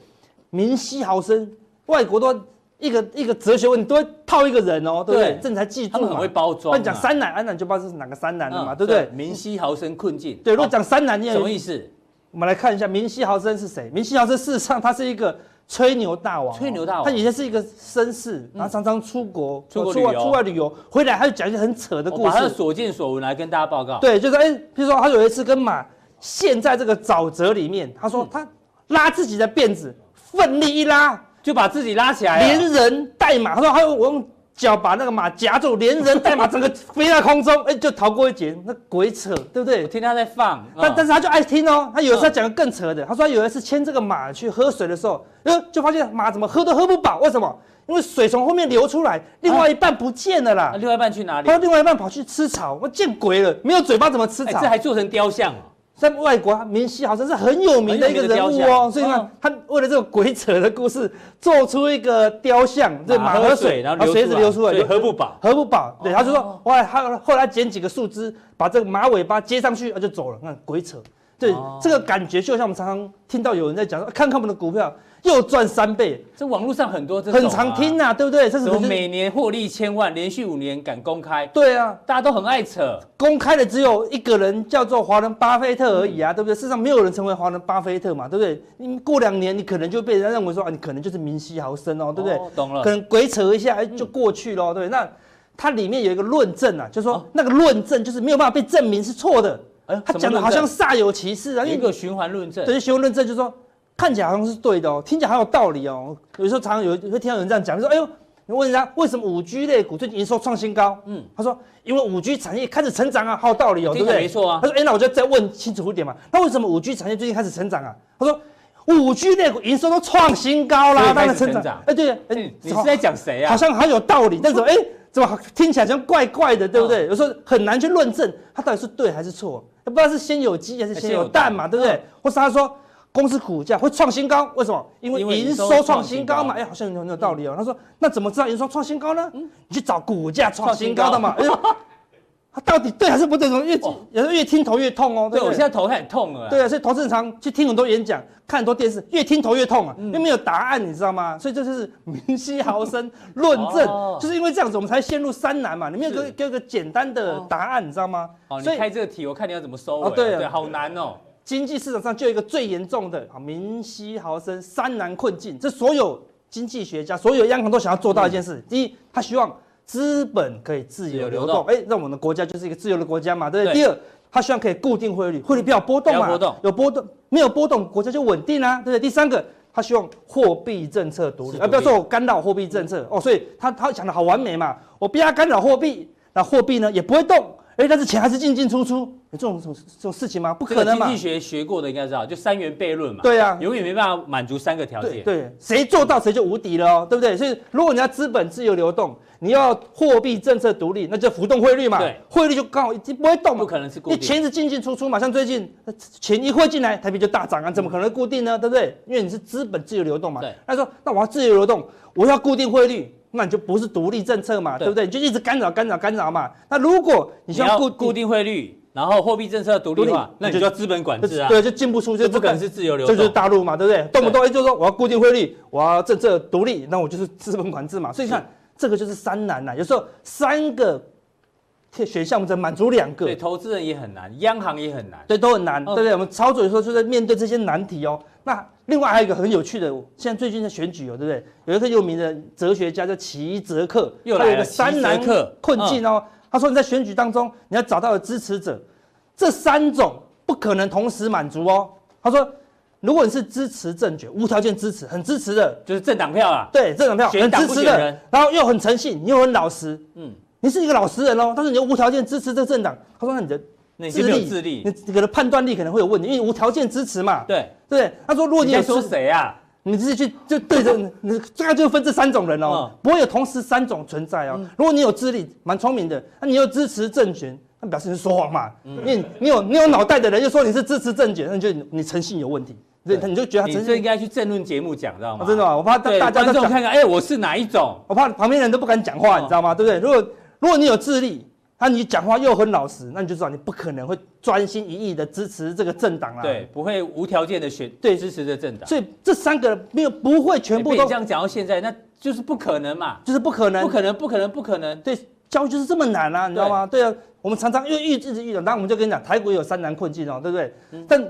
S4: 明晰豪生，外国都一个一个哲学问题都会套一个人哦，对不对？
S1: 对
S4: 这你才记
S1: 他
S4: 住
S1: 们很
S4: 嘛
S1: 会。包装啊。
S4: 那你讲三难，安难就不知道是哪个三难了嘛，
S1: 嗯
S4: 对不对？
S1: 明晰豪生困境。
S4: 对，如果
S1: 好
S4: 讲三难，你也
S1: 什么意思？
S4: 我们来看一下明熙豪生是谁？明熙豪生事实上他是一个吹牛大王哦、
S1: 吹牛大王
S4: 他以前是一个绅士，然后常常出国，
S1: 出国
S4: 出外
S1: 旅游
S4: 出外旅游，回来他就讲一些很扯的
S1: 我
S4: 故
S1: 把他的
S4: 事。
S1: 所见所闻来跟大家报告。
S4: 对，就是哎、譬如说他有一次跟马陷在这个沼泽里面，他
S1: 嗯
S4: 说他拉自己的辫子，奋力一拉，
S1: 就把自己拉起来啊了。
S4: 连人带马，他说还有我用脚把那个马夹住，连人带马整个飞到空中，哎、就逃过一劫，那鬼扯，对不对
S1: 我？听他在放，
S4: 但
S1: 嗯
S4: 但是他就爱听哦，他有时候讲的更扯的，他说他有一次牵这个马去喝水的时候，呃，就发现马怎么喝都喝不饱，为什么？因为水从后面流出来，另外一半不见了啦
S1: 啊那。另外一半去哪里
S4: 他？说另外一半跑去吃草，我见鬼了，没有嘴巴怎么吃
S1: 哎，
S4: 草
S1: 这？还做成雕像哦。
S4: 在外国，明熙好像是很有名的一个人
S1: 很有名
S4: 物
S1: 的雕像
S4: 哦，所以呢
S1: 嗯，
S4: 他为了这个鬼扯的故事，做出一个雕像，对马喝水，
S1: 然
S4: 然
S1: 后流
S4: 后水一直流出来，
S1: 所以喝不饱。
S4: 喝不饱，
S1: 哦
S4: 对，他就说，后来他后来捡几个树枝，把这个马尾巴接上去，他就走了，那鬼扯。对，
S1: 哦
S4: 这个感觉就像我们常常听到有人在讲，说，啊看看我们的股票又赚三倍，
S1: 这网络上很多这种啊
S4: 很常听呐、对不对？这是
S1: 什么
S4: 就是
S1: 每年获利千万，连续五年敢公开，
S4: 对啊，
S1: 大家都很爱扯。
S4: 公开的只有一个人叫做华人巴菲特而已啊，对不对？世上没有人成为华人巴菲特嘛，对不对？你过两年你可能就被人家认为说啊，你可能就是明晰豪绅哦，对不对？
S1: 哦懂了嗯
S4: 可能鬼扯一下哎就过去了哦，对不对。那它里面有一个论证啊，就是说那个论证就是没有办法被证明是错的
S1: 哦哎呦。
S4: 他
S1: 什
S4: 讲
S1: 么
S4: 的
S1: 论
S4: 好像
S1: 证
S4: 煞有其事啊，
S1: 有
S4: 因
S1: 一
S4: 为
S1: 个循环论证，
S4: 对，询问论证就是说看起来好像是对的哦，听起来好有道理哦。有时候常常有会听到有人这样讲，就说哎呦，你问人家为什么五 G 类股最近营收创新高？嗯，他说因为五 G 产业开始成长啊，好有道理哦，对
S1: 听
S4: 不
S1: 起来
S4: 对？
S1: 没错啊
S4: 他说，哎、那我就再问清楚一点嘛，那为什么五 G 产业最近开始成长啊？他说。五 G 类股营收都创新
S1: 所
S4: 高啦，
S1: 以
S4: 当
S1: 开
S4: 然
S1: 始成
S4: 成长
S1: 长。
S4: 哎，对，哎
S1: 嗯，你是在讲谁啊
S4: 好？像很有道理，但是哎、怎么好听起来像怪怪的，对
S1: 哦
S4: 不对？有时候很难去论证它到底是对还是错，也不知道是先有鸡还
S1: 哎
S4: 是先有蛋嘛，对
S1: 嗯
S4: 不对？或是他说公司股价会创新高，为什么？因
S1: 因
S4: 为
S1: 为
S4: 营
S1: 营
S4: 收
S1: 收
S4: 创
S1: 创
S4: 新
S1: 新
S4: 高
S1: 高嗯
S4: 嘛，哎，好像很有道理哦。他说那怎么知道营收创新高呢？你去找股价创
S1: 创
S4: 新
S1: 新
S4: 高的嘛。哎呦它到底对还是不对？怎么越
S1: 哦
S4: 有时候越听头越痛哦，对
S1: 对，
S4: 不
S1: 我
S4: 对
S1: 现？在头很痛了。
S4: 对，啊，所以投资人常去听很多演讲，看很多电视，越听头越痛
S1: 嗯
S4: 啊，因为没有答案，你知道吗？所以这就是明晰豪生 论证，
S1: 哦
S4: 就是因为这样子，我们才陷入三难嘛。你没有给
S1: 是哦
S4: 给我一个简单的答案，你知道吗？
S1: 好，你
S4: 所以
S1: 开这个题，我看你要怎么收
S4: 哦
S1: 尾。
S4: 对啊
S1: 对，好难哦。
S4: 经济市场上就有一个最严重的啊，明晰豪生三难困境，这所有经济学家、所有央行都想要做到一件事：第一，他希望资本可以自由流
S1: 嗯自由
S4: 动
S1: 流，动
S4: 哎、让我们的国家就是一个自由的国家嘛，对不对？
S1: 对
S4: 第二，他希望可以固定汇率，汇率不要波动
S1: 不
S4: 嘛，
S1: 要波动
S4: 有波动没有波动，国家就稳定啊，对不对？第三个。他希望货币政策独立，
S1: 是
S4: 啊，不要
S1: 独立嗯
S4: 说我干扰货币政策哦，所以他他讲的好完美嘛，我不要干扰货币，那货币呢也不会动，哎，但是钱还是进进出出，有这种这种这种事情吗？不
S1: 这
S4: 可
S1: 个
S4: 能
S1: 经
S4: 嘛。
S1: 济学学过的应该知道，就三元悖论嘛。
S4: 对啊
S1: 永远没办法满足三个条
S4: 对
S1: 件。
S4: 对，谁做到谁就无敌了哦，对不对？所以如果你要资本自由流动，你要货币政策独立，那就浮动汇率嘛
S1: 对，
S4: 汇率就刚好一直不会动嘛，
S1: 不可能是固
S4: 你
S1: 定
S4: 钱是进进出出嘛，像最近呃钱一汇进来，台币就大涨啊，怎么可能会固定呢？对不对？因为你是资本自由流动
S1: 嗯
S4: 嘛。
S1: 对
S4: 他说，那我要自由流动，我要固定汇率。那你就不是独立政策嘛，对
S1: 对
S4: 不对？你就一直干扰、干扰、干扰嘛。那如果
S1: 你
S4: 你需要
S1: 要
S4: 固
S1: 固定汇率，然后货币政策独立化
S4: 独立，
S1: 那你就要资本管制啊。
S4: 对，就进不出，就
S1: 这不可能是自由流
S4: 这
S1: 动
S4: 就是大陆嘛，对不对？动不动哎就说我要固定汇率，我要政策独立，那我就是资本管制嘛。所以你看，这个就是三难呐、有时候三个选项我们只能满足两个
S1: 对，，投资人也很难，央行也很难。
S4: 对，都很难，
S1: 嗯
S4: 对不对？我们操作有时候就在面对这些难题哦。那另外还有一个很有趣的，现在最近在选举哦，对不对？有一个有名的哲学家叫齐泽克，
S1: 又
S4: 他
S1: 来
S4: 有一个
S1: 了
S4: 三
S1: 齐泽
S4: 难
S1: 克嗯
S4: 困境哦。他说你在选举当中，你要找到的支持者，这三种不可能同时满足哦。他说，如果你是支持政权，无条件支持，很支持的，
S1: 就是政党票啊。
S4: 对，这种票
S1: 选
S4: 很
S1: 党
S4: 支
S1: 不
S4: 持
S1: 选
S4: 的
S1: 人，
S4: 然后又很诚信，你又很老实，嗯
S1: 嗯，
S4: 你是一个老实人哦，但是你又无条件支持这个政党，他说那你的
S1: 那你
S4: 智
S1: 就没有
S4: 力，
S1: 智力
S4: 你你可能判断力可能会有问题，因为你无条件支持嘛，
S1: 对，
S4: 对不对，他说如果你
S1: 你
S4: 有
S1: 在说
S4: 支
S1: 谁啊？
S4: 你自己去就 对着你，大概就分这三种人哦
S1: 嗯，
S4: 不会有同时三种存在哦。如果你有智力，蛮聪明的，那你又支持政权，那表示你是说谎嘛。
S1: 嗯
S4: 因为你你有你有脑袋的人又说你是支持政权，那你就你诚信有问题，对，你就觉得他
S1: 你
S4: 诚
S1: 这应
S4: 信
S1: 该去政论节目讲，知道吗
S4: 哦？真的吗我怕大
S1: 对
S4: 大家都
S1: 观众
S4: 讲
S1: 看看，哎，我是哪一种？
S4: 我怕旁边人都不敢讲
S1: 哦
S4: 话，你知道吗？对不对？如果如果你有智力，那你讲话又很老实，那你就知道你不可能会专心一意的支持这个政党啦。
S1: 对，，不会无条件的选
S4: 对
S1: 支持的政党。
S4: 啊所以这三个没有不会全部
S1: 哎被
S4: 都
S1: 你这样讲到现在，那就是不可能嘛，
S4: 就是不可能，
S1: 不可能，不可能，不可能。
S4: 对，教育就是这么难啊，你知道吗？对啊，我们常常又遇一直遇到，那我们就跟你讲，台股有三难困境哦，对不对？但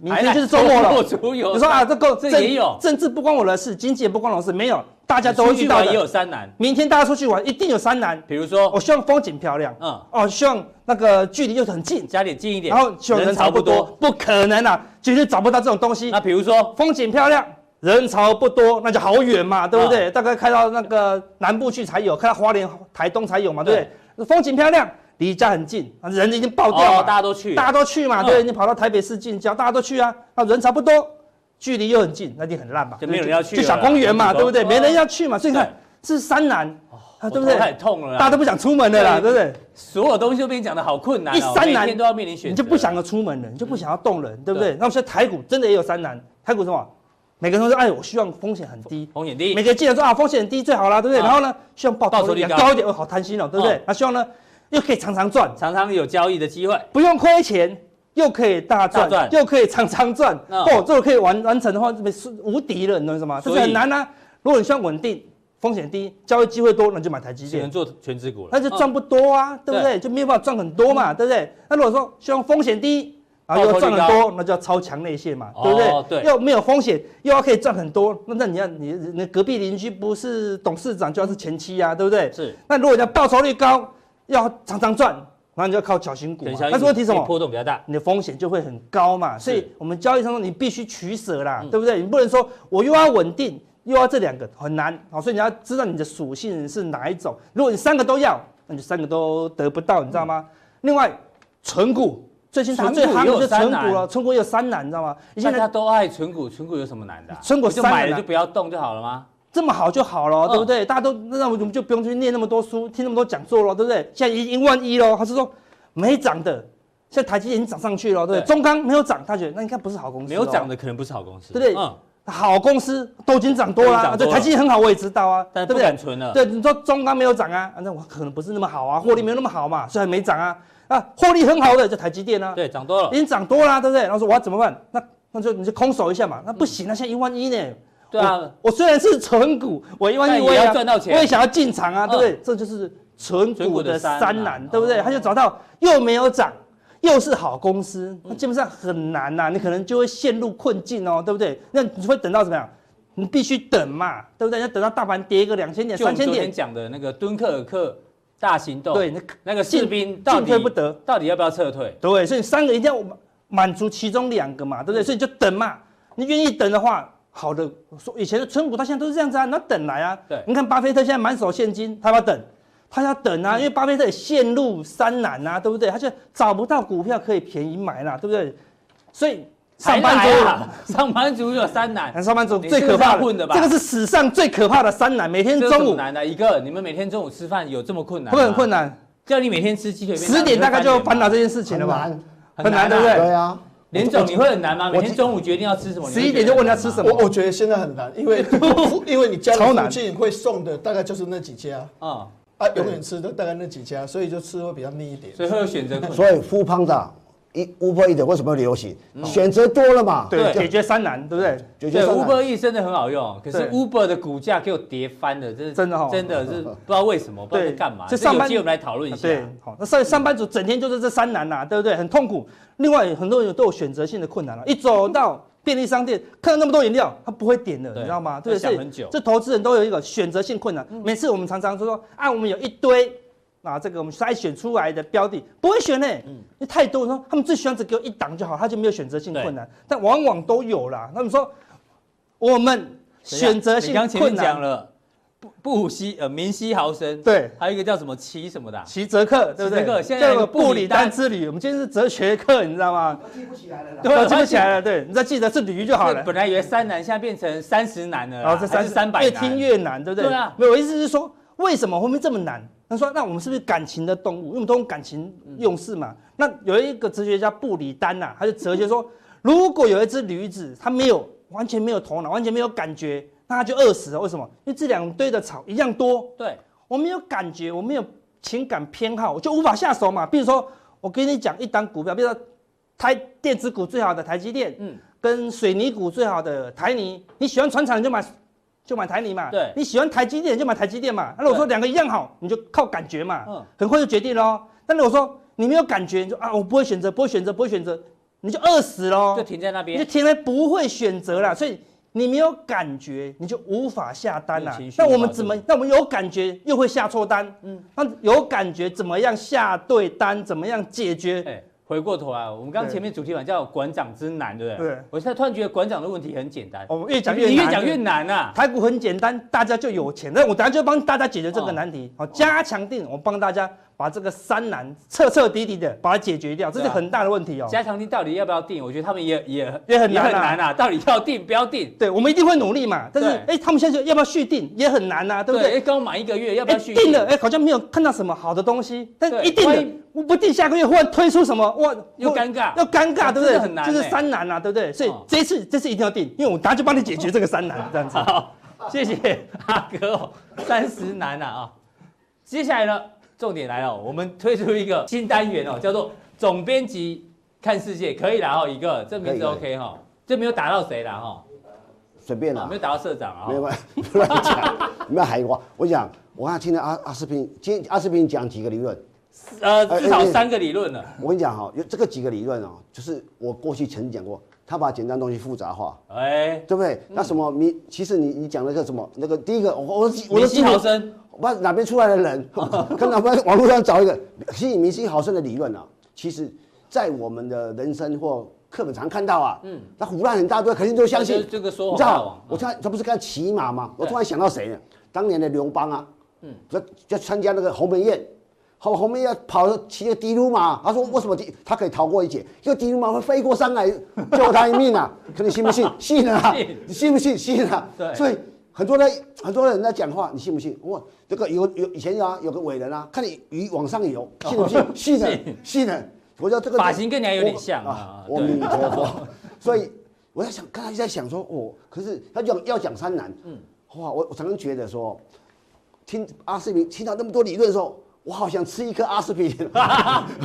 S4: 明天就是周末
S1: 嗯还来
S4: 了。
S1: 周末出游，
S4: 你说啊，这个
S1: 这
S4: 政
S1: 也有
S4: 政治不关我的事，经济也不关我的事，没有，大家都会
S1: 出
S4: 遇到
S1: 去玩也
S4: 的。
S1: 有三难，
S4: 明天大家出去玩，一定有三难。
S1: 比如说
S4: 我哦希望风景漂亮，
S1: 哦嗯
S4: 哦，希望那个距离又很近，
S1: 家里近一点，
S4: 然后希望人潮不多，。不可能啊，绝对找不到这种东西。
S1: 那比如说
S4: 风景漂亮，人潮不多，那就好远
S1: 啊
S4: 嘛，对不对？大概开到那个南部去才有，开到花莲、台东才有嘛，对不对？风景漂亮，离家很近，啊人已经爆掉了，
S1: 哦大家都去
S4: 大家都去嘛，
S1: 嗯
S4: 对，你跑到台北市近郊，大家都去啊，那人潮不多，距离又很近，那就很烂嘛，
S1: 就没有人要去
S4: 就
S1: 了
S4: 小公园嘛，
S1: 嗯
S4: 对不对？
S1: 嗯
S4: 没人要去嘛，所以你看
S1: 对
S4: 是山南，啊，
S1: 我
S4: 对不对
S1: 头？很痛了啦，
S4: 大家都不想出门的啦，对
S1: 啊对
S4: 不对？
S1: 所有东西都被你讲的好困难、哦，
S4: 一三难
S1: 每天都要面临选择，
S4: 你就不想要出门了，你就不想要动人，对不对
S1: 嗯对？
S4: 那我现在台股真的也有三难，台股什么？每个人都说，哎，我希望风险很低，
S1: 风险低
S4: 每，个既然说啊风险低最好啦，对不对？
S1: 啊
S4: 然后呢，希望报
S1: 嗯报
S4: 酬
S1: 酬
S4: 率
S1: 率
S4: 要
S1: 高
S4: 高一点，哦，好贪心哦，对不对
S1: 嗯？
S4: 那希望呢，又可以常常赚，
S1: 常常有交易的机会，
S4: 不用亏钱，又可以大赚，
S1: 大赚
S4: 又可以常常赚，
S1: 嗯
S4: 哦，这个可以完完成的话，这边是无敌了，你懂我意思吗？这
S1: 所以
S4: 是很难啊。如果你希望稳定，风险低，交易机会多，那你就买台积
S1: 只
S4: 电
S1: 能。做全职股了，哦
S4: 那就赚不多啊，
S1: 嗯
S4: 对不对？就没有办法赚很多嘛，对不对？那如果说希望风险低，然后又赚很
S1: 报酬率
S4: 多，那就要超强内线嘛，
S1: 哦
S4: 对不对？
S1: 对
S4: 又没有风险，又要可以赚很多，那那你要你你隔壁邻居不是董事长就要是前妻啊，对不对？
S1: 是。
S4: 那如果你要报酬率高，要常常赚，然后你就要靠小型股嘛
S1: 等。
S4: 但是问题是什么？
S1: 波动比较大，
S4: 你的风险就会很高嘛。所以
S1: 是嗯
S4: 我们交易当中你必须取舍啦，对不对？你不能说我又要稳定。又要这两个很难，好，所以你要知道你的属性是哪一种。如果你三个都要，那你就三个都得不到，你知道吗？另外，存股最近它
S1: 嗯存股
S4: 最夯的
S1: 也有
S4: 就是存
S1: 三
S4: 股了，
S1: 难
S4: 存股也有三难，你知道吗？你
S1: 大
S4: 现
S1: 家
S4: 在
S1: 都爱存股，存股有什么难的、啊？
S4: 存股
S1: 你就
S4: 三个
S1: 买了
S4: 难
S1: 就不要动就好了吗？
S4: 这么好就好了，
S1: 嗯
S4: 对不对？大家都那我们就不用去念那么多书，听那么多讲座了，对不对？现在已经万一喽，他是说没涨的，现在台积电已经涨上去了，对不对？
S1: 对
S4: 中钢没有涨，他觉得那应该不是好公司，
S1: 没有涨
S4: 的。
S1: 的可能不是好公司，
S4: 对不对
S1: 嗯，
S4: 好公司都已经涨多
S1: 都已经
S4: 啦，
S1: 涨多
S4: 对，
S1: 了
S4: 台积电很好，我也知道啊，
S1: 但
S4: 对
S1: 不
S4: 不对
S1: 敢？存了。
S4: 对，你说中钢没有涨啊，啊那我可能不是那么好啊，获利没有那么好嘛，所以没涨啊。啊，获利很好的就台积电啊，
S1: 对，涨多了
S4: 已。经涨多啦、啊对不对？然后说我要怎么办？那那就你就空手一下嘛，那不行啊，现在一万一呢。
S1: 嗯对啊
S4: 我，我虽然是纯股，我一万一
S1: 但
S4: 我
S1: 也要
S4: 想
S1: 赚到钱
S4: 我也想要进场啊，
S1: 嗯
S4: 对不对？这就是纯
S1: 纯
S4: 股
S1: 股的
S4: 的
S1: 三
S4: 三
S1: 难
S4: 难，对不对？
S1: 哦
S4: 他就找到又没有涨，又是好公司，
S1: 嗯
S4: 那基本上很难啊呐、你可能就会陷入困境哦，对不对？那你会等到怎么样？你必须等嘛，对不对？要等到大盘跌个两千点、
S1: 就我们
S4: 三千
S1: 昨
S4: 点
S1: 天，讲的那个敦刻尔克大行动，
S4: 对，，那
S1: 那个士兵到
S4: 进
S1: 底
S4: 退不得，
S1: 到底要不要撤退？
S4: 对，所以三个一定要满满足其中两个嘛，对不
S1: 嗯
S4: 对？所以就等嘛，你愿意等的话，好的，说以前的存股到现在都是这样子啊，你要等来啊。
S1: 对
S4: 你看巴菲特现在满手现金，他要等，他要等
S1: 嗯
S4: 啊，因为巴菲特也陷入三难啊，对不对？他就找不到股票可以便宜买啦，对不对？所以上班
S1: 还
S4: 族
S1: 来。啊， 上班族有三 难，
S4: 上班族
S1: 你
S4: 最
S1: 是
S4: 可怕
S1: 不是要混的吧
S4: 这个是史上最可怕的三难。每天
S1: 这有什
S4: 中
S1: 么
S4: 午
S1: 难的啊一个，你们每天中午吃饭有这么困难？
S4: 会不会很困，难？
S1: 叫你每天吃鸡腿便当，
S4: 十点大概就烦恼这件事情
S2: 很
S4: 了吧？
S2: 难，
S1: 很
S4: 很
S1: 难啊
S4: 难，对不对？
S2: 对啊，
S1: 连总你会很难吗？
S2: 我
S1: 每天中午决定要吃什么，你会
S4: 11
S1: 觉得
S4: 点就问他
S1: 很难吗
S4: 吃什么
S3: 我我觉得现在很难，因为 因为你家
S4: 超
S3: 里附
S4: 难
S3: 近会送的大概就是那几家
S1: 嗯，
S3: 啊，永远吃的大概那几家，所以就吃会比较腻一点。
S1: 所以会有选择困难。
S2: 所以富胖的一乌波一点为什么流行？
S1: 嗯
S2: 选择多了嘛，
S1: 对
S4: 对，解决三难，对不对？
S2: 解决
S1: 对
S2: 上来
S1: ，Uber E 真的很好用，可是
S4: 对
S1: Uber 的股价给我跌翻了，真是
S4: 真的哦
S1: 真的是不知道为什么，不知道在干嘛。
S4: 就
S1: 这
S4: 上
S1: 有
S4: 班
S1: 机会我们来讨论一下。
S4: 对，好，那上上班族整天就是这三难呐、啊对不对？很痛苦。另外，很多人都有选择性的困难啊了、一走到便利商店，看到那么多饮料，他不会点的，
S1: 对
S4: 你知道吗？
S1: 会想很久嗯
S4: 这投资人都有一个选择性困难。每次我们常常说说啊，我们有一堆。啊，这个我们筛选出来的标的不会选呢、因
S1: 嗯
S4: 为太多人说他们最喜欢只给我一档就好，他就没有选择性困难，但往往都有啦。他们说我们
S1: 等一下
S4: 选择
S1: 啊你
S4: 性
S1: 刚前面
S4: 困
S1: 讲
S4: 难，
S1: 了，不不惜呃明晰豪生，
S4: 对，
S1: 还有一个叫什么奇什么的啊，
S4: 骑折克，对不
S1: 骑折克
S4: 对？
S1: 现在有
S4: 叫
S1: 个
S4: 做
S1: 布
S4: 布
S1: 里
S4: 里
S1: 丹
S4: 丹之旅，我们今天是哲学课，你知道吗？
S2: 记不起来了啦
S4: 对，我记不起来了，对，你只要记得是驴就好
S1: 这
S4: 了。哦
S1: 本来以为三男，现在变成三十男了啦，
S4: 然后这
S1: 啊还
S4: 三
S1: 是三百
S4: 越
S1: 男
S4: 听越难，对不对？
S1: 对啊
S4: 没有，我意思是说，为什么后面这么难？他说，那我们是不是感情的动物？因为我们都用感情用事嘛。那有一个哲学家布里丹呐、他就哲学说，如果有一只驴子，它没有完全没有头脑，完全没有感觉，那它就饿死了。为什么？因为这两堆的草一样多，
S1: 对，
S4: 我没有感觉，我没有情感偏好，我就无法下手嘛。比如说，我跟你讲一档股票，比如说台电子股最好的台积电，
S1: 嗯
S4: 嗯，跟水泥股最好的台泥，你喜欢船厂你就买就买台泥嘛，
S1: 对
S4: 你喜欢台积电你就买台积电嘛。那如果说两个一样好，你就靠感觉嘛，
S1: 嗯
S4: 很快就决定喽。但如果说你没有感觉，你就啊我不会选择，不会选择，不会选择，你就饿死喽，
S1: 就停在那
S4: 你就
S1: 边。
S4: 停了不会选择啦，所以你没有感觉，你就无法下单啦
S1: 没有情绪。
S4: 那
S1: 无
S4: 我们
S1: 法
S4: 怎
S1: 自
S4: 么？那我们有感觉又会下错单，嗯，那有感觉怎么样下对单？怎么样解决？
S1: 哎，回过头来，我们刚
S4: 对
S1: 前面主题版叫“馆长之难”，对不对？
S4: 对
S1: 我现在突然觉得馆长的问题很简单，
S4: 我们越讲越
S1: 你
S4: 难哦
S1: 越讲越难啊。
S4: 台股很简单，大家就有钱。那我等下就帮大家解决这个难题，
S1: 哦
S4: 好，加强定，我帮大家把这个三难彻彻底底的把它解决掉，这是
S1: 对啊
S4: 很大的问题哦。
S1: 加强定到底要不要定？我觉得他们也也
S4: 也很难啊
S1: 很难啊，到底要定不要定？
S4: 对，我们一定会努力嘛。但是，
S1: 对
S4: 哎，他们现在就要不要续订也很难啊呐，对不对？
S1: 哎，刚满一个月，要不
S4: 哎，
S1: 要续
S4: 定了，哎，好像没有看到什么好的东西，但
S1: 对
S4: 一定
S1: 万
S4: 的
S1: 一，
S4: 我不定下个月忽然推出什么，哇，
S1: 又
S4: 我
S1: 尴尬
S4: 又尴
S1: 哇
S4: 尬，
S1: 真的
S4: 对不对？
S1: 很难
S4: 就是
S1: 哎
S4: 三难啊，对不对？所以
S1: 嗯
S4: 这一次，这次一定要定，因为我大家就帮你解决这个三难，这样子。
S1: 好，谢谢阿哥哦，三十难啊啊！接下来呢，重点来了，哦我们推出一个新单元哦，叫做“总编辑看世界”，可以啦哦，一个这名字
S2: 可以可
S1: OK 哈、哦，这没有打到谁啦哈、
S2: 随便
S1: 哦，
S2: 啦
S1: 没有，打到社长啊、
S2: 没有
S1: 哦，
S2: 关系， 不乱讲，不要喊我。我讲，我刚才听了阿阿斯平，今天阿斯平讲几个理论，
S1: 呃，
S2: 哎
S1: 至少
S2: 哎哎
S1: 三个理论了，
S2: 我跟你讲哈、有这个几个理论哦，就是我过去曾经讲过，他把简单东西复杂化，
S1: 哎，
S2: 对不对？那什么，你其实你你讲那个什么，那个第一个，我我我
S1: 明
S2: 都
S1: 星
S2: 记
S1: 豪
S2: 得
S1: 生，
S2: 我不知道哪边出来的人， 跟哪边网络上找一个，其实明星豪生的理论啊，其实在我们的人生或课本常看到啊，
S1: 嗯
S2: 嗯，那胡乱很大堆，肯定都相信
S1: 这这个说
S2: 你
S1: 谎
S2: 知
S1: 大
S2: 道
S1: 王，，
S2: 我突然他不是刚骑马吗？我
S1: 对
S2: 突然想到谁呢？当年的刘邦啊，
S1: 嗯
S2: 嗯，就就参加那个鸿门宴，后鸿门宴跑了骑着的卢马，他说
S1: 嗯
S2: 为什么的他可以逃过一劫？因为的卢马会飞过山来救他一 命啊！可你信不信？信啊
S1: 信！
S2: 你信不信？信啊！
S1: 对
S2: 所以很多人很多人在讲话，你信不信？我这个有有以前有啊，有个伟人啊，看你鱼往上游，信不 信？信啊
S1: 哦信！
S2: 信啊！我知道这个
S1: 发型跟你还有点像
S2: 我
S1: 啊
S2: 我
S1: 对
S2: 弥陀佛。所以我在想，刚才在想说，哦，可是他讲要讲三难，嗯，哇，我我常常觉得说，听阿司匹林听到那么多理论的时候，我好想吃一颗阿司 匹林，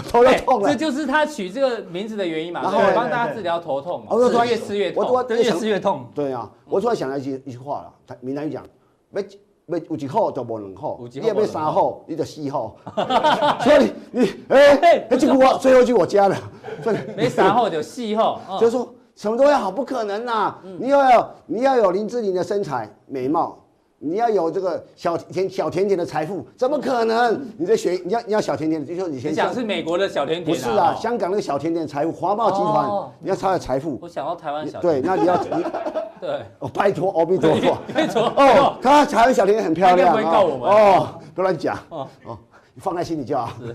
S2: 头都痛了
S1: 哎这。就是他取这个名字的原因嘛，
S2: 然
S1: 对
S2: 后哦
S1: 帮大家治疗头痛嘛，
S2: 我就突
S1: 是
S2: 然
S1: 越吃越
S2: 我突
S1: 痛
S2: 然。
S4: 对，越吃越痛。
S2: 对啊，我突然想到一句一句话了，他闽南语讲，要要有一好就无两好，
S1: 有一好
S2: 你要
S1: 没
S2: 要
S1: 两
S2: 三
S1: 好
S2: 好，你就四好。 所以你你哎，
S1: 嘿
S2: 那这句我最后一句我加了，所以
S1: 没啥后就细后，嗯
S2: 就是说什么都要好，不可能呐、你要有你要有林志玲的身材美貌，你要有这个小甜小甜甜的财富，怎么可能？你在学，你要你要小甜甜的，就像以
S1: 嗯你
S2: 前
S1: 想
S2: 香
S1: 是美国的小甜
S2: 不
S1: 甜
S2: 是啊，
S1: 哦
S2: 香港那个小甜甜的财富，华茂集团，
S1: 哦
S2: 你要他的财富，
S1: 我想到台湾小
S2: 对，
S1: 甜
S2: 那你要你
S1: 对
S2: 哦，拜托，阿弥陀 佛，
S1: 拜托
S2: 哦，他台湾小甜甜很漂亮
S1: 他应该不会
S2: 啊
S1: 告我们
S2: 哦，不乱讲
S1: 哦
S2: 哦，你放在心里就好。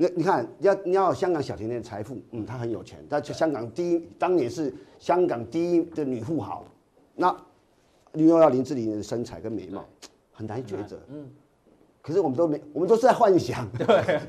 S2: 你你看，要你要有香港小甜甜的财富，嗯，她很有钱，她去香港第一，当年是香港第一的女富豪。那你又要林志玲的身材跟美貌，很难抉择。嗯，可是我们都没，我们都是在幻想。 对，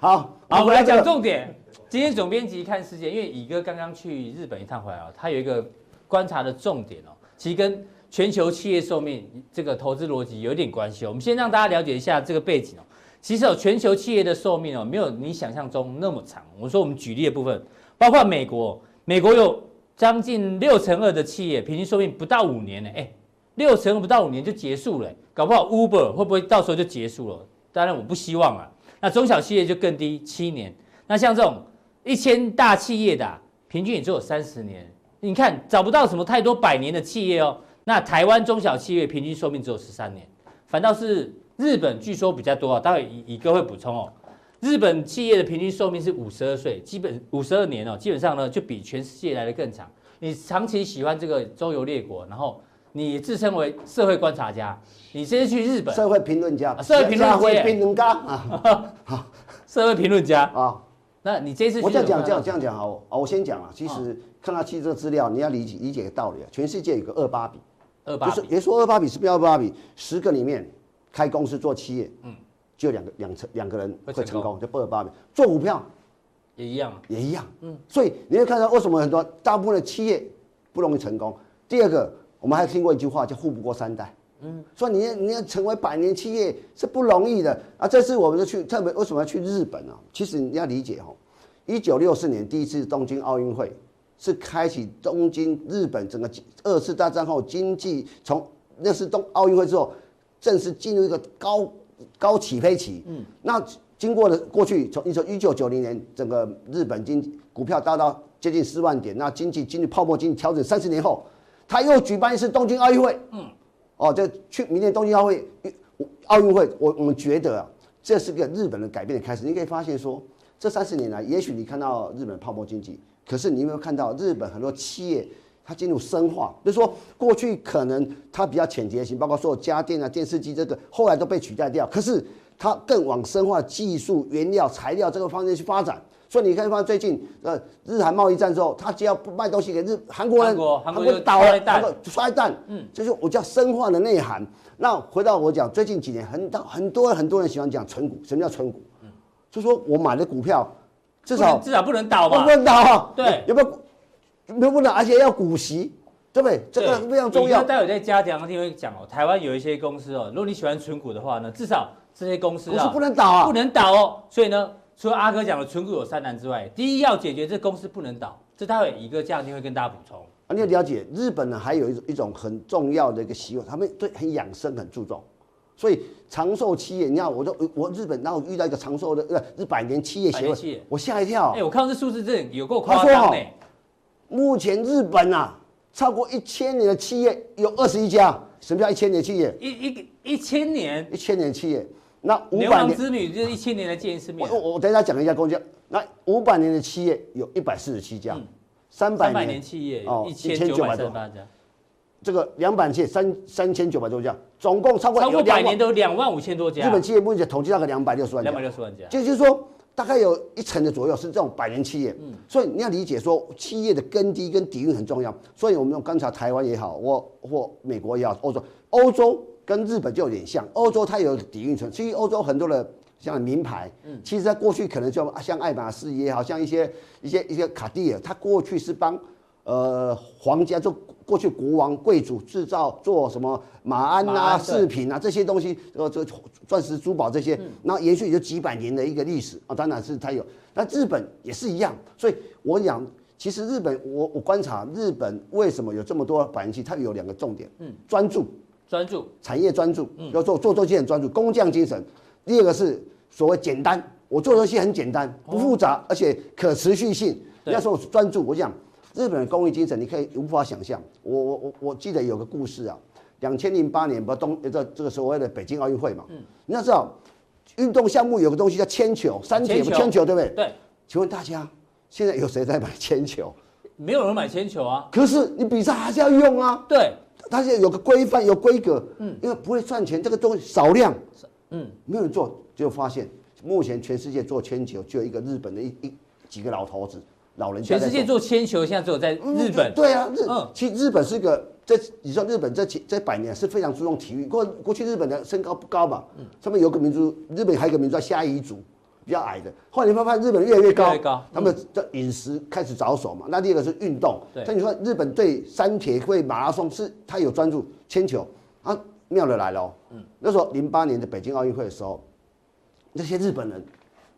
S2: 好，
S1: 好，我们来
S2: 这个
S1: 讲重点。今天总编辑看世界，因为乙哥刚刚去日本一趟回来哦，他有一个观察的重点哦，其实跟全球企业寿命这个投资逻辑有点关系哦。我们先让大家了解一下这个背景哦。其实哦，全球企业的寿命哦，没有你想象中那么长。我说我们举例的部分，包括美国，哦美国有将近六成二的企业平均寿命不到五年呢，哎，六成不到五年就结束了，搞不好 Uber 会不会到时候就结束了？当然我不希望啊。那中小企业就更低，七年。那像这种一千大企业的啊、平均也只有三十年。你看找不到什么太多百年的企业哦。那台湾中小企业平均寿命只有十三年，反倒是日本据说比较多啊。待会乙乙哥会补充哦。日本企业的平均寿命是五十二岁，基本五十二年哦，基本上呢就比全世界来的更长。你长期喜欢这个周游列国，然后你自称为社会观察家，你先去日本
S2: 社会评论家
S1: 啊，社会评论界
S2: 社会评论家啊
S1: 社会评论家，
S2: 啊。
S1: 那你这次去
S2: 我这样
S1: 日本
S2: 讲，这样这样讲好啊！我先讲啊，其
S1: 哦
S2: 实看到汽车资料，你要理解理解个道理啊。全世界有个二八比，
S1: 二八
S2: 不是也说二八比是不要二八比，十个里面开公司做企业，嗯，就两个两成两个人
S1: 会
S2: 会
S1: 成
S2: 成
S1: 功
S2: 功，就不二八比。做股票
S1: 也一样啊。
S2: 也一样，嗯，所以你会看到为什么很多大部分的企业不容易成功。第二个，我们还听过一句话叫“富不过三代”，嗯，所以你要你要成为百年企业是不容易的啊。这次我们就去特别为什么要去日本啊？其实你要理解哦，一九六四年第一次东京奥运会是开启东京日本整个经二次大战后经济从那次东奥运会之后正式进入一个高高起飞期。嗯，那经过了过去从一九一九九零年整个日本经股票达到接近四万点，那经济经济泡沫经济调整三十年后，他又举办一次东京奥运会。嗯，哦，这去明年东京奥运会奥运会，我我们觉得啊，这是个日本的改变的开始。你可以发现说，这三十年来，也许你看到日本泡沫经济，可是你有没有看到日本很多企业它进入深化？就是说，过去可能它比较浅洁型，包括所有家电啊、电视机这个，后来都被取代掉。可是它更往深化技术、原料、材料这个方面去发展。所以你可以发现，最近呃，日韩贸易战之后，它只要不卖东西给日韩国人，
S1: 韩国韩国就
S2: 倒
S1: 摔
S2: 了，
S1: 蛋
S2: 韩国摔蛋，嗯，这就是我叫深化的内涵。那回到我讲，最近几年很大很多很多人喜欢讲存股，什么叫存股？就说我买的股票至
S1: 嗯不能
S2: 少
S1: 至少不能倒嘛
S2: 不。能倒啊，
S1: 对
S2: 有没有？有不能，而且要股息，对不对？这个
S1: 对
S2: 非常重
S1: 你
S2: 要
S1: 看。待会在嘉奖的地方讲哦，台湾有一些公司哦，如果你喜欢存股的话呢，至少这些公司
S2: 股
S1: 啊
S2: 市不能倒啊，
S1: 不能倒哦。所以呢，除了阿哥讲的存股有三难之外，第一要解决这公司不能倒，这待会一个嘉定会跟大家补充。
S2: 啊，你要了解日本呢，还有一种一种很重要的一个习惯，他们对很养生很注重，所以长寿企业，你看我都我日本，然后遇到一个长寿的呃日百年企业
S1: 百
S2: 协
S1: 年企业
S2: 会，我吓一跳
S1: 哎、。我看到这数字真的有够夸张
S2: 他
S1: 呢
S2: 说。哦目前日本啊，超过一千年的企业有二十一家，什么叫一千年企业？
S1: 一一个一千年，
S2: 一千年企业，那五
S1: 牛
S2: 百
S1: 郎
S2: 年，
S1: 织女就是一千年来见一次面
S2: 我。我我等一下讲一下公交那五百年的企业有一百四十七家，三
S1: 嗯
S2: 百
S1: 三百
S2: 年
S1: 年企业
S2: 哦
S1: 一千九百三十
S2: 1938
S1: 八家，
S2: 这个两百企业三三千九百多家，总共超过
S1: 超过
S2: 有两
S1: 百
S2: 万
S1: 年都有两万五千多家，
S2: 日本企业目前统计大概两百六十万家
S1: 两百，六十万家。
S2: 就是说大概有一成的左右是这种百年企业。所以你要理解说企业的根基跟底蕴很重要。所以我们用刚才台湾也好，或或美国也好，欧洲，欧洲跟日本就有点像，欧洲它有底蕴存，其实欧洲很多的。像名牌，其实在过去可能就像爱马仕也好像一些一些一些卡地尔，它过去是帮呃皇家就过去国王贵族制造做什么马鞍
S1: 马
S2: 啊、
S1: 鞍对
S2: 饰品啊这些东西，呃，这钻石珠宝这些，那延续也就几百年的一个历史啊，当然是它有。那日本也是一样，所以我讲，其实日本我我观察日本为什么有这么多反应器，它有两个重点，嗯，专注，
S1: 专注，
S2: 产业专注，
S1: 嗯
S2: 要做做东西很专注，工匠精神。第二个是所谓简单，我做东西很简单，不复杂，而且可持续性。
S1: 哦对
S2: 那时候专注，我讲日本的工艺精神，你可以无法想象。我我我我记得有个故事啊，两千零八年不东这这个所谓的北京奥运会嘛，
S1: 嗯
S2: 你要知道运动项目有个东西叫铅球，三铁
S1: 铅
S2: 不
S1: 球
S2: 铅球对不对？
S1: 对，
S2: 请问大家现在有谁在买铅球？
S1: 没有人买铅球啊，
S2: 可是你比赛还是要用啊。
S1: 对，
S2: 它是有个规范、有规格，嗯，因为不会赚钱，这个东西少量，嗯，没有人做，就发现目前全世界做铅球就有一个日本的一一几个老头子、老人家
S1: 全
S2: 在
S1: 世界做铅球现在只有在
S2: 嗯
S1: 日本，
S2: 对啊，日、
S1: 嗯
S2: 其实日本是一个这你说日本这几这百年是非常注重体育，过过去日本的身高不高嘛，上面有个民族，日本还有一个民族叫虾夷族。比较矮的，后来你会发现日本越来越高，
S1: 越来越高嗯
S2: 他们的饮食开始着手嘛。那第二个是运动，
S1: 对
S2: 像你说日本对山铁会马拉松是他有专注铅球啊，妙的来了、哦。嗯，那时候零八年的北京奥运会的时候，那些日本人，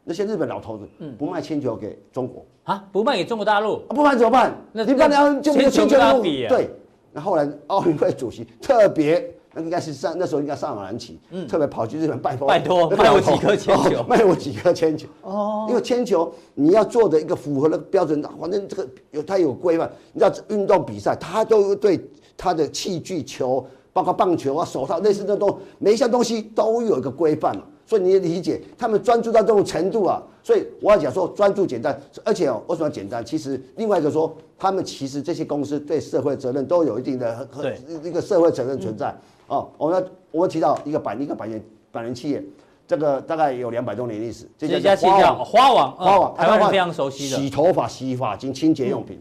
S2: 那些日本老头子，
S1: 嗯
S2: 不卖铅球给中国，
S1: 啊，不卖给中国大陆，
S2: 啊，不然怎么办？
S1: 那
S2: 你办了就没有
S1: 铅球
S2: 铅球
S1: 跟他
S2: 运动
S1: 比啊耶
S2: 对，那后来奥运会主席特别。那应该是上那时候应该上马兰奇，特别跑去日本拜
S1: 嗯
S2: 托，
S1: 拜托
S2: 那个
S1: 卖我
S2: 老头
S1: 几颗铅球
S2: 哦 卖我几颗铅球。哦，因为铅球你要做的一个符合那个标准，反正这个有它有规范。你知道运动比赛，它都对它的器具、球，包括棒球啊、手套，类似的都每一项东西都有一个规范嘛。所以你也理解，他们专注到这种程度啊，所以我要讲说专注简单，而且哦，为什么简单？其实另外一个说，他们其实这些公司对社会责任都有一定的和
S1: 对
S2: 一个社会责任存在。哦，我们要我们提到一个百一个百年百年企业，这个大概有两百多年历史，
S1: 这
S2: 叫
S1: 家企业
S2: 花
S1: 叫
S2: 王
S1: 花王，嗯
S2: 花王，
S1: 台湾
S2: 花
S1: 人
S2: 王
S1: 非常熟悉
S2: 洗
S1: 的，嗯
S2: 头发、洗发精、清洁用品，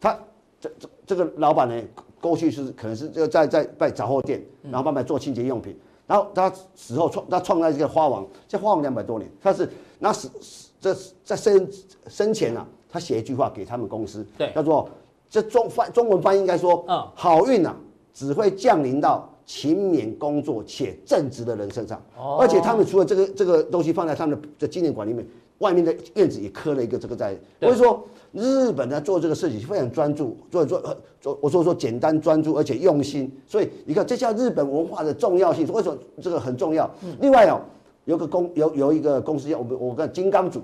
S2: 他这这这个老板呢，过去是可能是就在在在杂货店，
S1: 嗯
S2: 然后慢慢做清洁用品，然后他死后创他创造这个花王，这花王两百多年，他是那死死这在生生前啊，他写一句话给他们公司，
S1: 对
S2: 叫做这中翻中文翻译应该说，
S1: 嗯
S2: 好运啊只会降临到。勤勉工作且正直的人身上，
S1: 哦
S2: 而且他们除了这个这个东西放在他们的的纪念馆里面，外面的院子也刻了一个这个在。
S1: 对
S2: 我是说，日本在做这个事情非常专注，做做呃做，我说说简单专注，而且用心。所以你看，这叫日本文化的重要性。为什么这个很重要？
S1: 嗯
S2: 另外哦，有个公有有一个公司叫我们我看金刚组，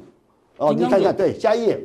S2: 哦，
S1: 金
S2: 你
S1: 刚
S2: 看看
S1: 组
S2: 对下一页，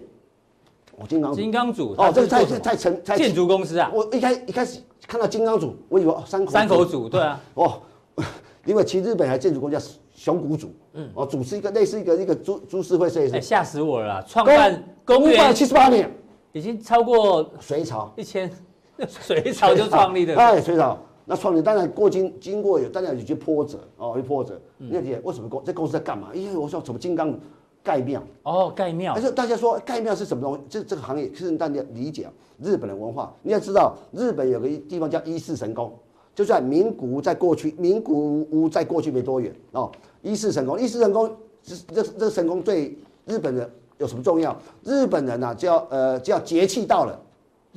S2: 哦，金刚组
S1: 金刚组
S2: 哦，这个
S1: 它是
S2: 太
S1: 做什么
S2: 太沉太
S1: 建筑公司啊，
S2: 我一开一开始看到金刚组，我以为哦山口
S1: 山口组，对啊，
S2: 哦， 因为其实日本还建筑公司叫熊谷组，嗯，哦，组是一个类似一个一个株株式会社，
S1: 哎，
S2: 也是
S1: 吓死我了啊，创办公元
S2: 七十八年，
S1: 已经超过
S2: 隋朝。
S1: 一千， 隋朝就创立的，
S2: 哎，隋朝，那创立当然过经经过有当然有些波折哦，有些波折。
S1: 嗯
S2: 你要理解为什么公这公司在干嘛？因为我说什么金刚盖庙，
S1: 哦，盖庙
S2: 而，且大家说盖庙是什么东西？这这个行业，是大家理解啊，日本的文化。你要知道，日本有个地方叫伊势神宫，就在名古屋，在过去名古屋在过去没多远哦。伊势神宫，伊势神宫这这这个神宫对日本人有什么重要？日本人呐、啊，叫呃叫节气到了，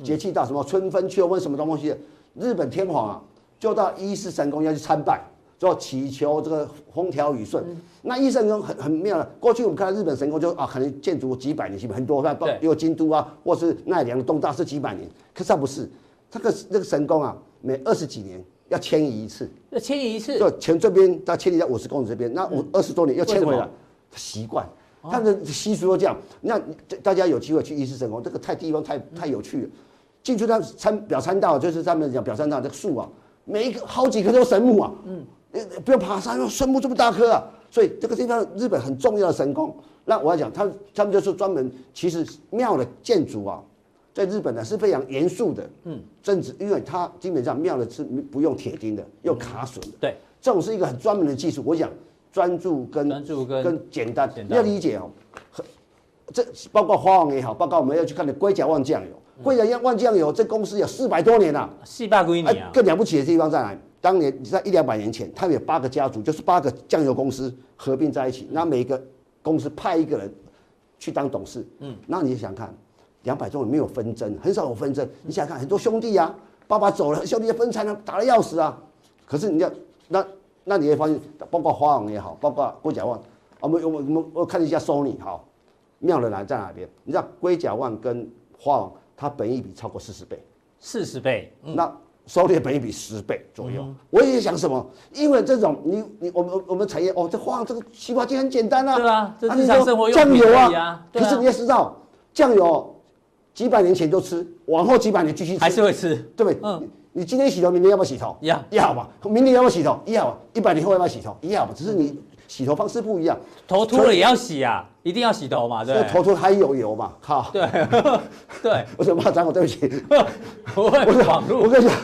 S2: 节气到什么春分、秋分什么东西的？日本天皇啊，就到伊势神宫要去参拜，就祈求这个风调雨顺。那伊势神宫很很妙了，过去我们看到日本神宫就啊，可能建筑几百年，基本很多，那包
S1: 对
S2: 有京都啊，或是奈良、东大是几百年，可是它不是，它个那个神宫啊，每二十几年要迁移一次，
S1: 那迁移一次，
S2: 就前这边它迁移到五十公里这边，那五二十多年又迁
S1: 为
S2: 回
S1: 什
S2: 来
S1: 么，
S2: 习惯。他的习俗都这样，那大家有机会去伊势神宫，这个太地方太太有趣了。进去那参表参道，就是他们讲表参道这个树啊，每一个好几棵都神木啊，嗯，呃不用爬山，神木这么大棵啊，所以这个地方日本很重要的神宫。那我要讲，他他们就是专门，其实庙的建筑啊，在日本呢是非常严肃的，嗯，甚至因为它基本上庙的是不用铁钉的，用卡榫的，
S1: 对，
S2: 这种是一个很专门的技术。我讲专注跟
S1: 专注跟
S2: 简单，
S1: 简单
S2: 你要理解哦。很这包括花王也好，包括我们要去看的龟甲万酱
S1: 嗯
S2: 油，龟甲万酱油这公司有四百多年了、
S1: 细霸归你
S2: 哎
S1: 啊，
S2: 更了不起的地方在哪里？当年你在一两百年前，他们有八个家族，就是八个酱油公司合并在一起，那每一个公司派一个人去当董事。嗯，那你想看，两百多人没有纷争，很少有纷争。你想想看，很多兄弟啊，爸爸走了，兄弟就分财了，打得要死啊。可是你要那那你会发现，包括花王也好，包括郭甲万，啊我们我们我们我看一下 Sony 好，妙的来在哪边？你知道龟甲万跟花王，它本益比超过四十倍。
S1: 四十倍，
S2: 那收敛本益比十倍左
S1: 嗯
S2: 右。我也想什么？因为这种你你我们我们产业哦，这花这个西瓜机很简单啊，
S1: 对啊这
S2: 啊
S1: 日常生活用
S2: 你说酱
S1: 品
S2: 油
S1: 而已啊对
S2: 可
S1: 啊
S2: 是你要知道，酱油几百年前就吃，往后几百年继续吃，
S1: 还是会吃，
S2: 对不对？
S1: 嗯
S2: 你你今天洗头，明天要不要洗头？
S1: 要
S2: 要吧。明天要不要洗头？要吧。一百年后要不要洗头？要吧。只是
S1: 嗯
S2: 你洗头方式不一样，
S1: 头秃了也要洗啊，一定要洗头嘛，对
S2: 这
S1: 不
S2: 个
S1: 对
S2: 头头还有油嘛，靠！
S1: 对对，
S2: 我怎么骂脏话？对不起。
S1: 不会网
S2: 我
S1: 路
S2: 跟你讲，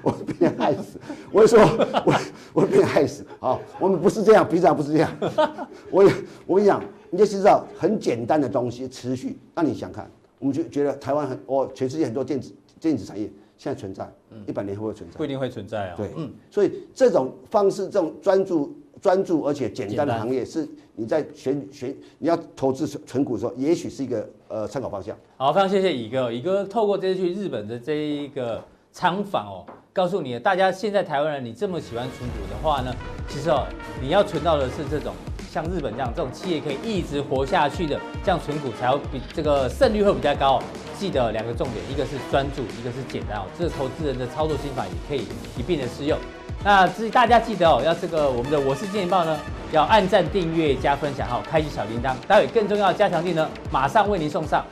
S2: 我被人害死。我说，我我被人害死。好，我们不是这样，平常不是这样。 我我跟你讲，你就知道很简单的东西持续。那你想看，我们就觉得台湾很，哦，全世界很多电子电子产业现在存在，一百年会不会存在
S1: 不？一定嗯会存在啊、
S2: 对，所以这种方式，这种专注、专注而且简单
S1: 简
S2: 的
S1: 单
S2: 行业，是你在选选你要投资存股的时候，也许是一个呃参考方向。
S1: 好，非常谢谢乙哥哦，乙哥透过这次去日本的这一个参访哦，告诉你，大家现在台湾人你这么喜欢存股的话呢，其实哦，你要存到的是这种像日本这样这种企业可以一直活下去的，这样存股才要比这个胜率会比较高、哦。记得两个重点，一个是专注，一个是简单哦，这是投资人的操作心法也可以一并的适用。那自己大家记得哦，要这个我们的我是金钱豹呢，要按赞、订阅、加分享，还有开启小铃铛。待会更重要的加强力呢，马上为您送上。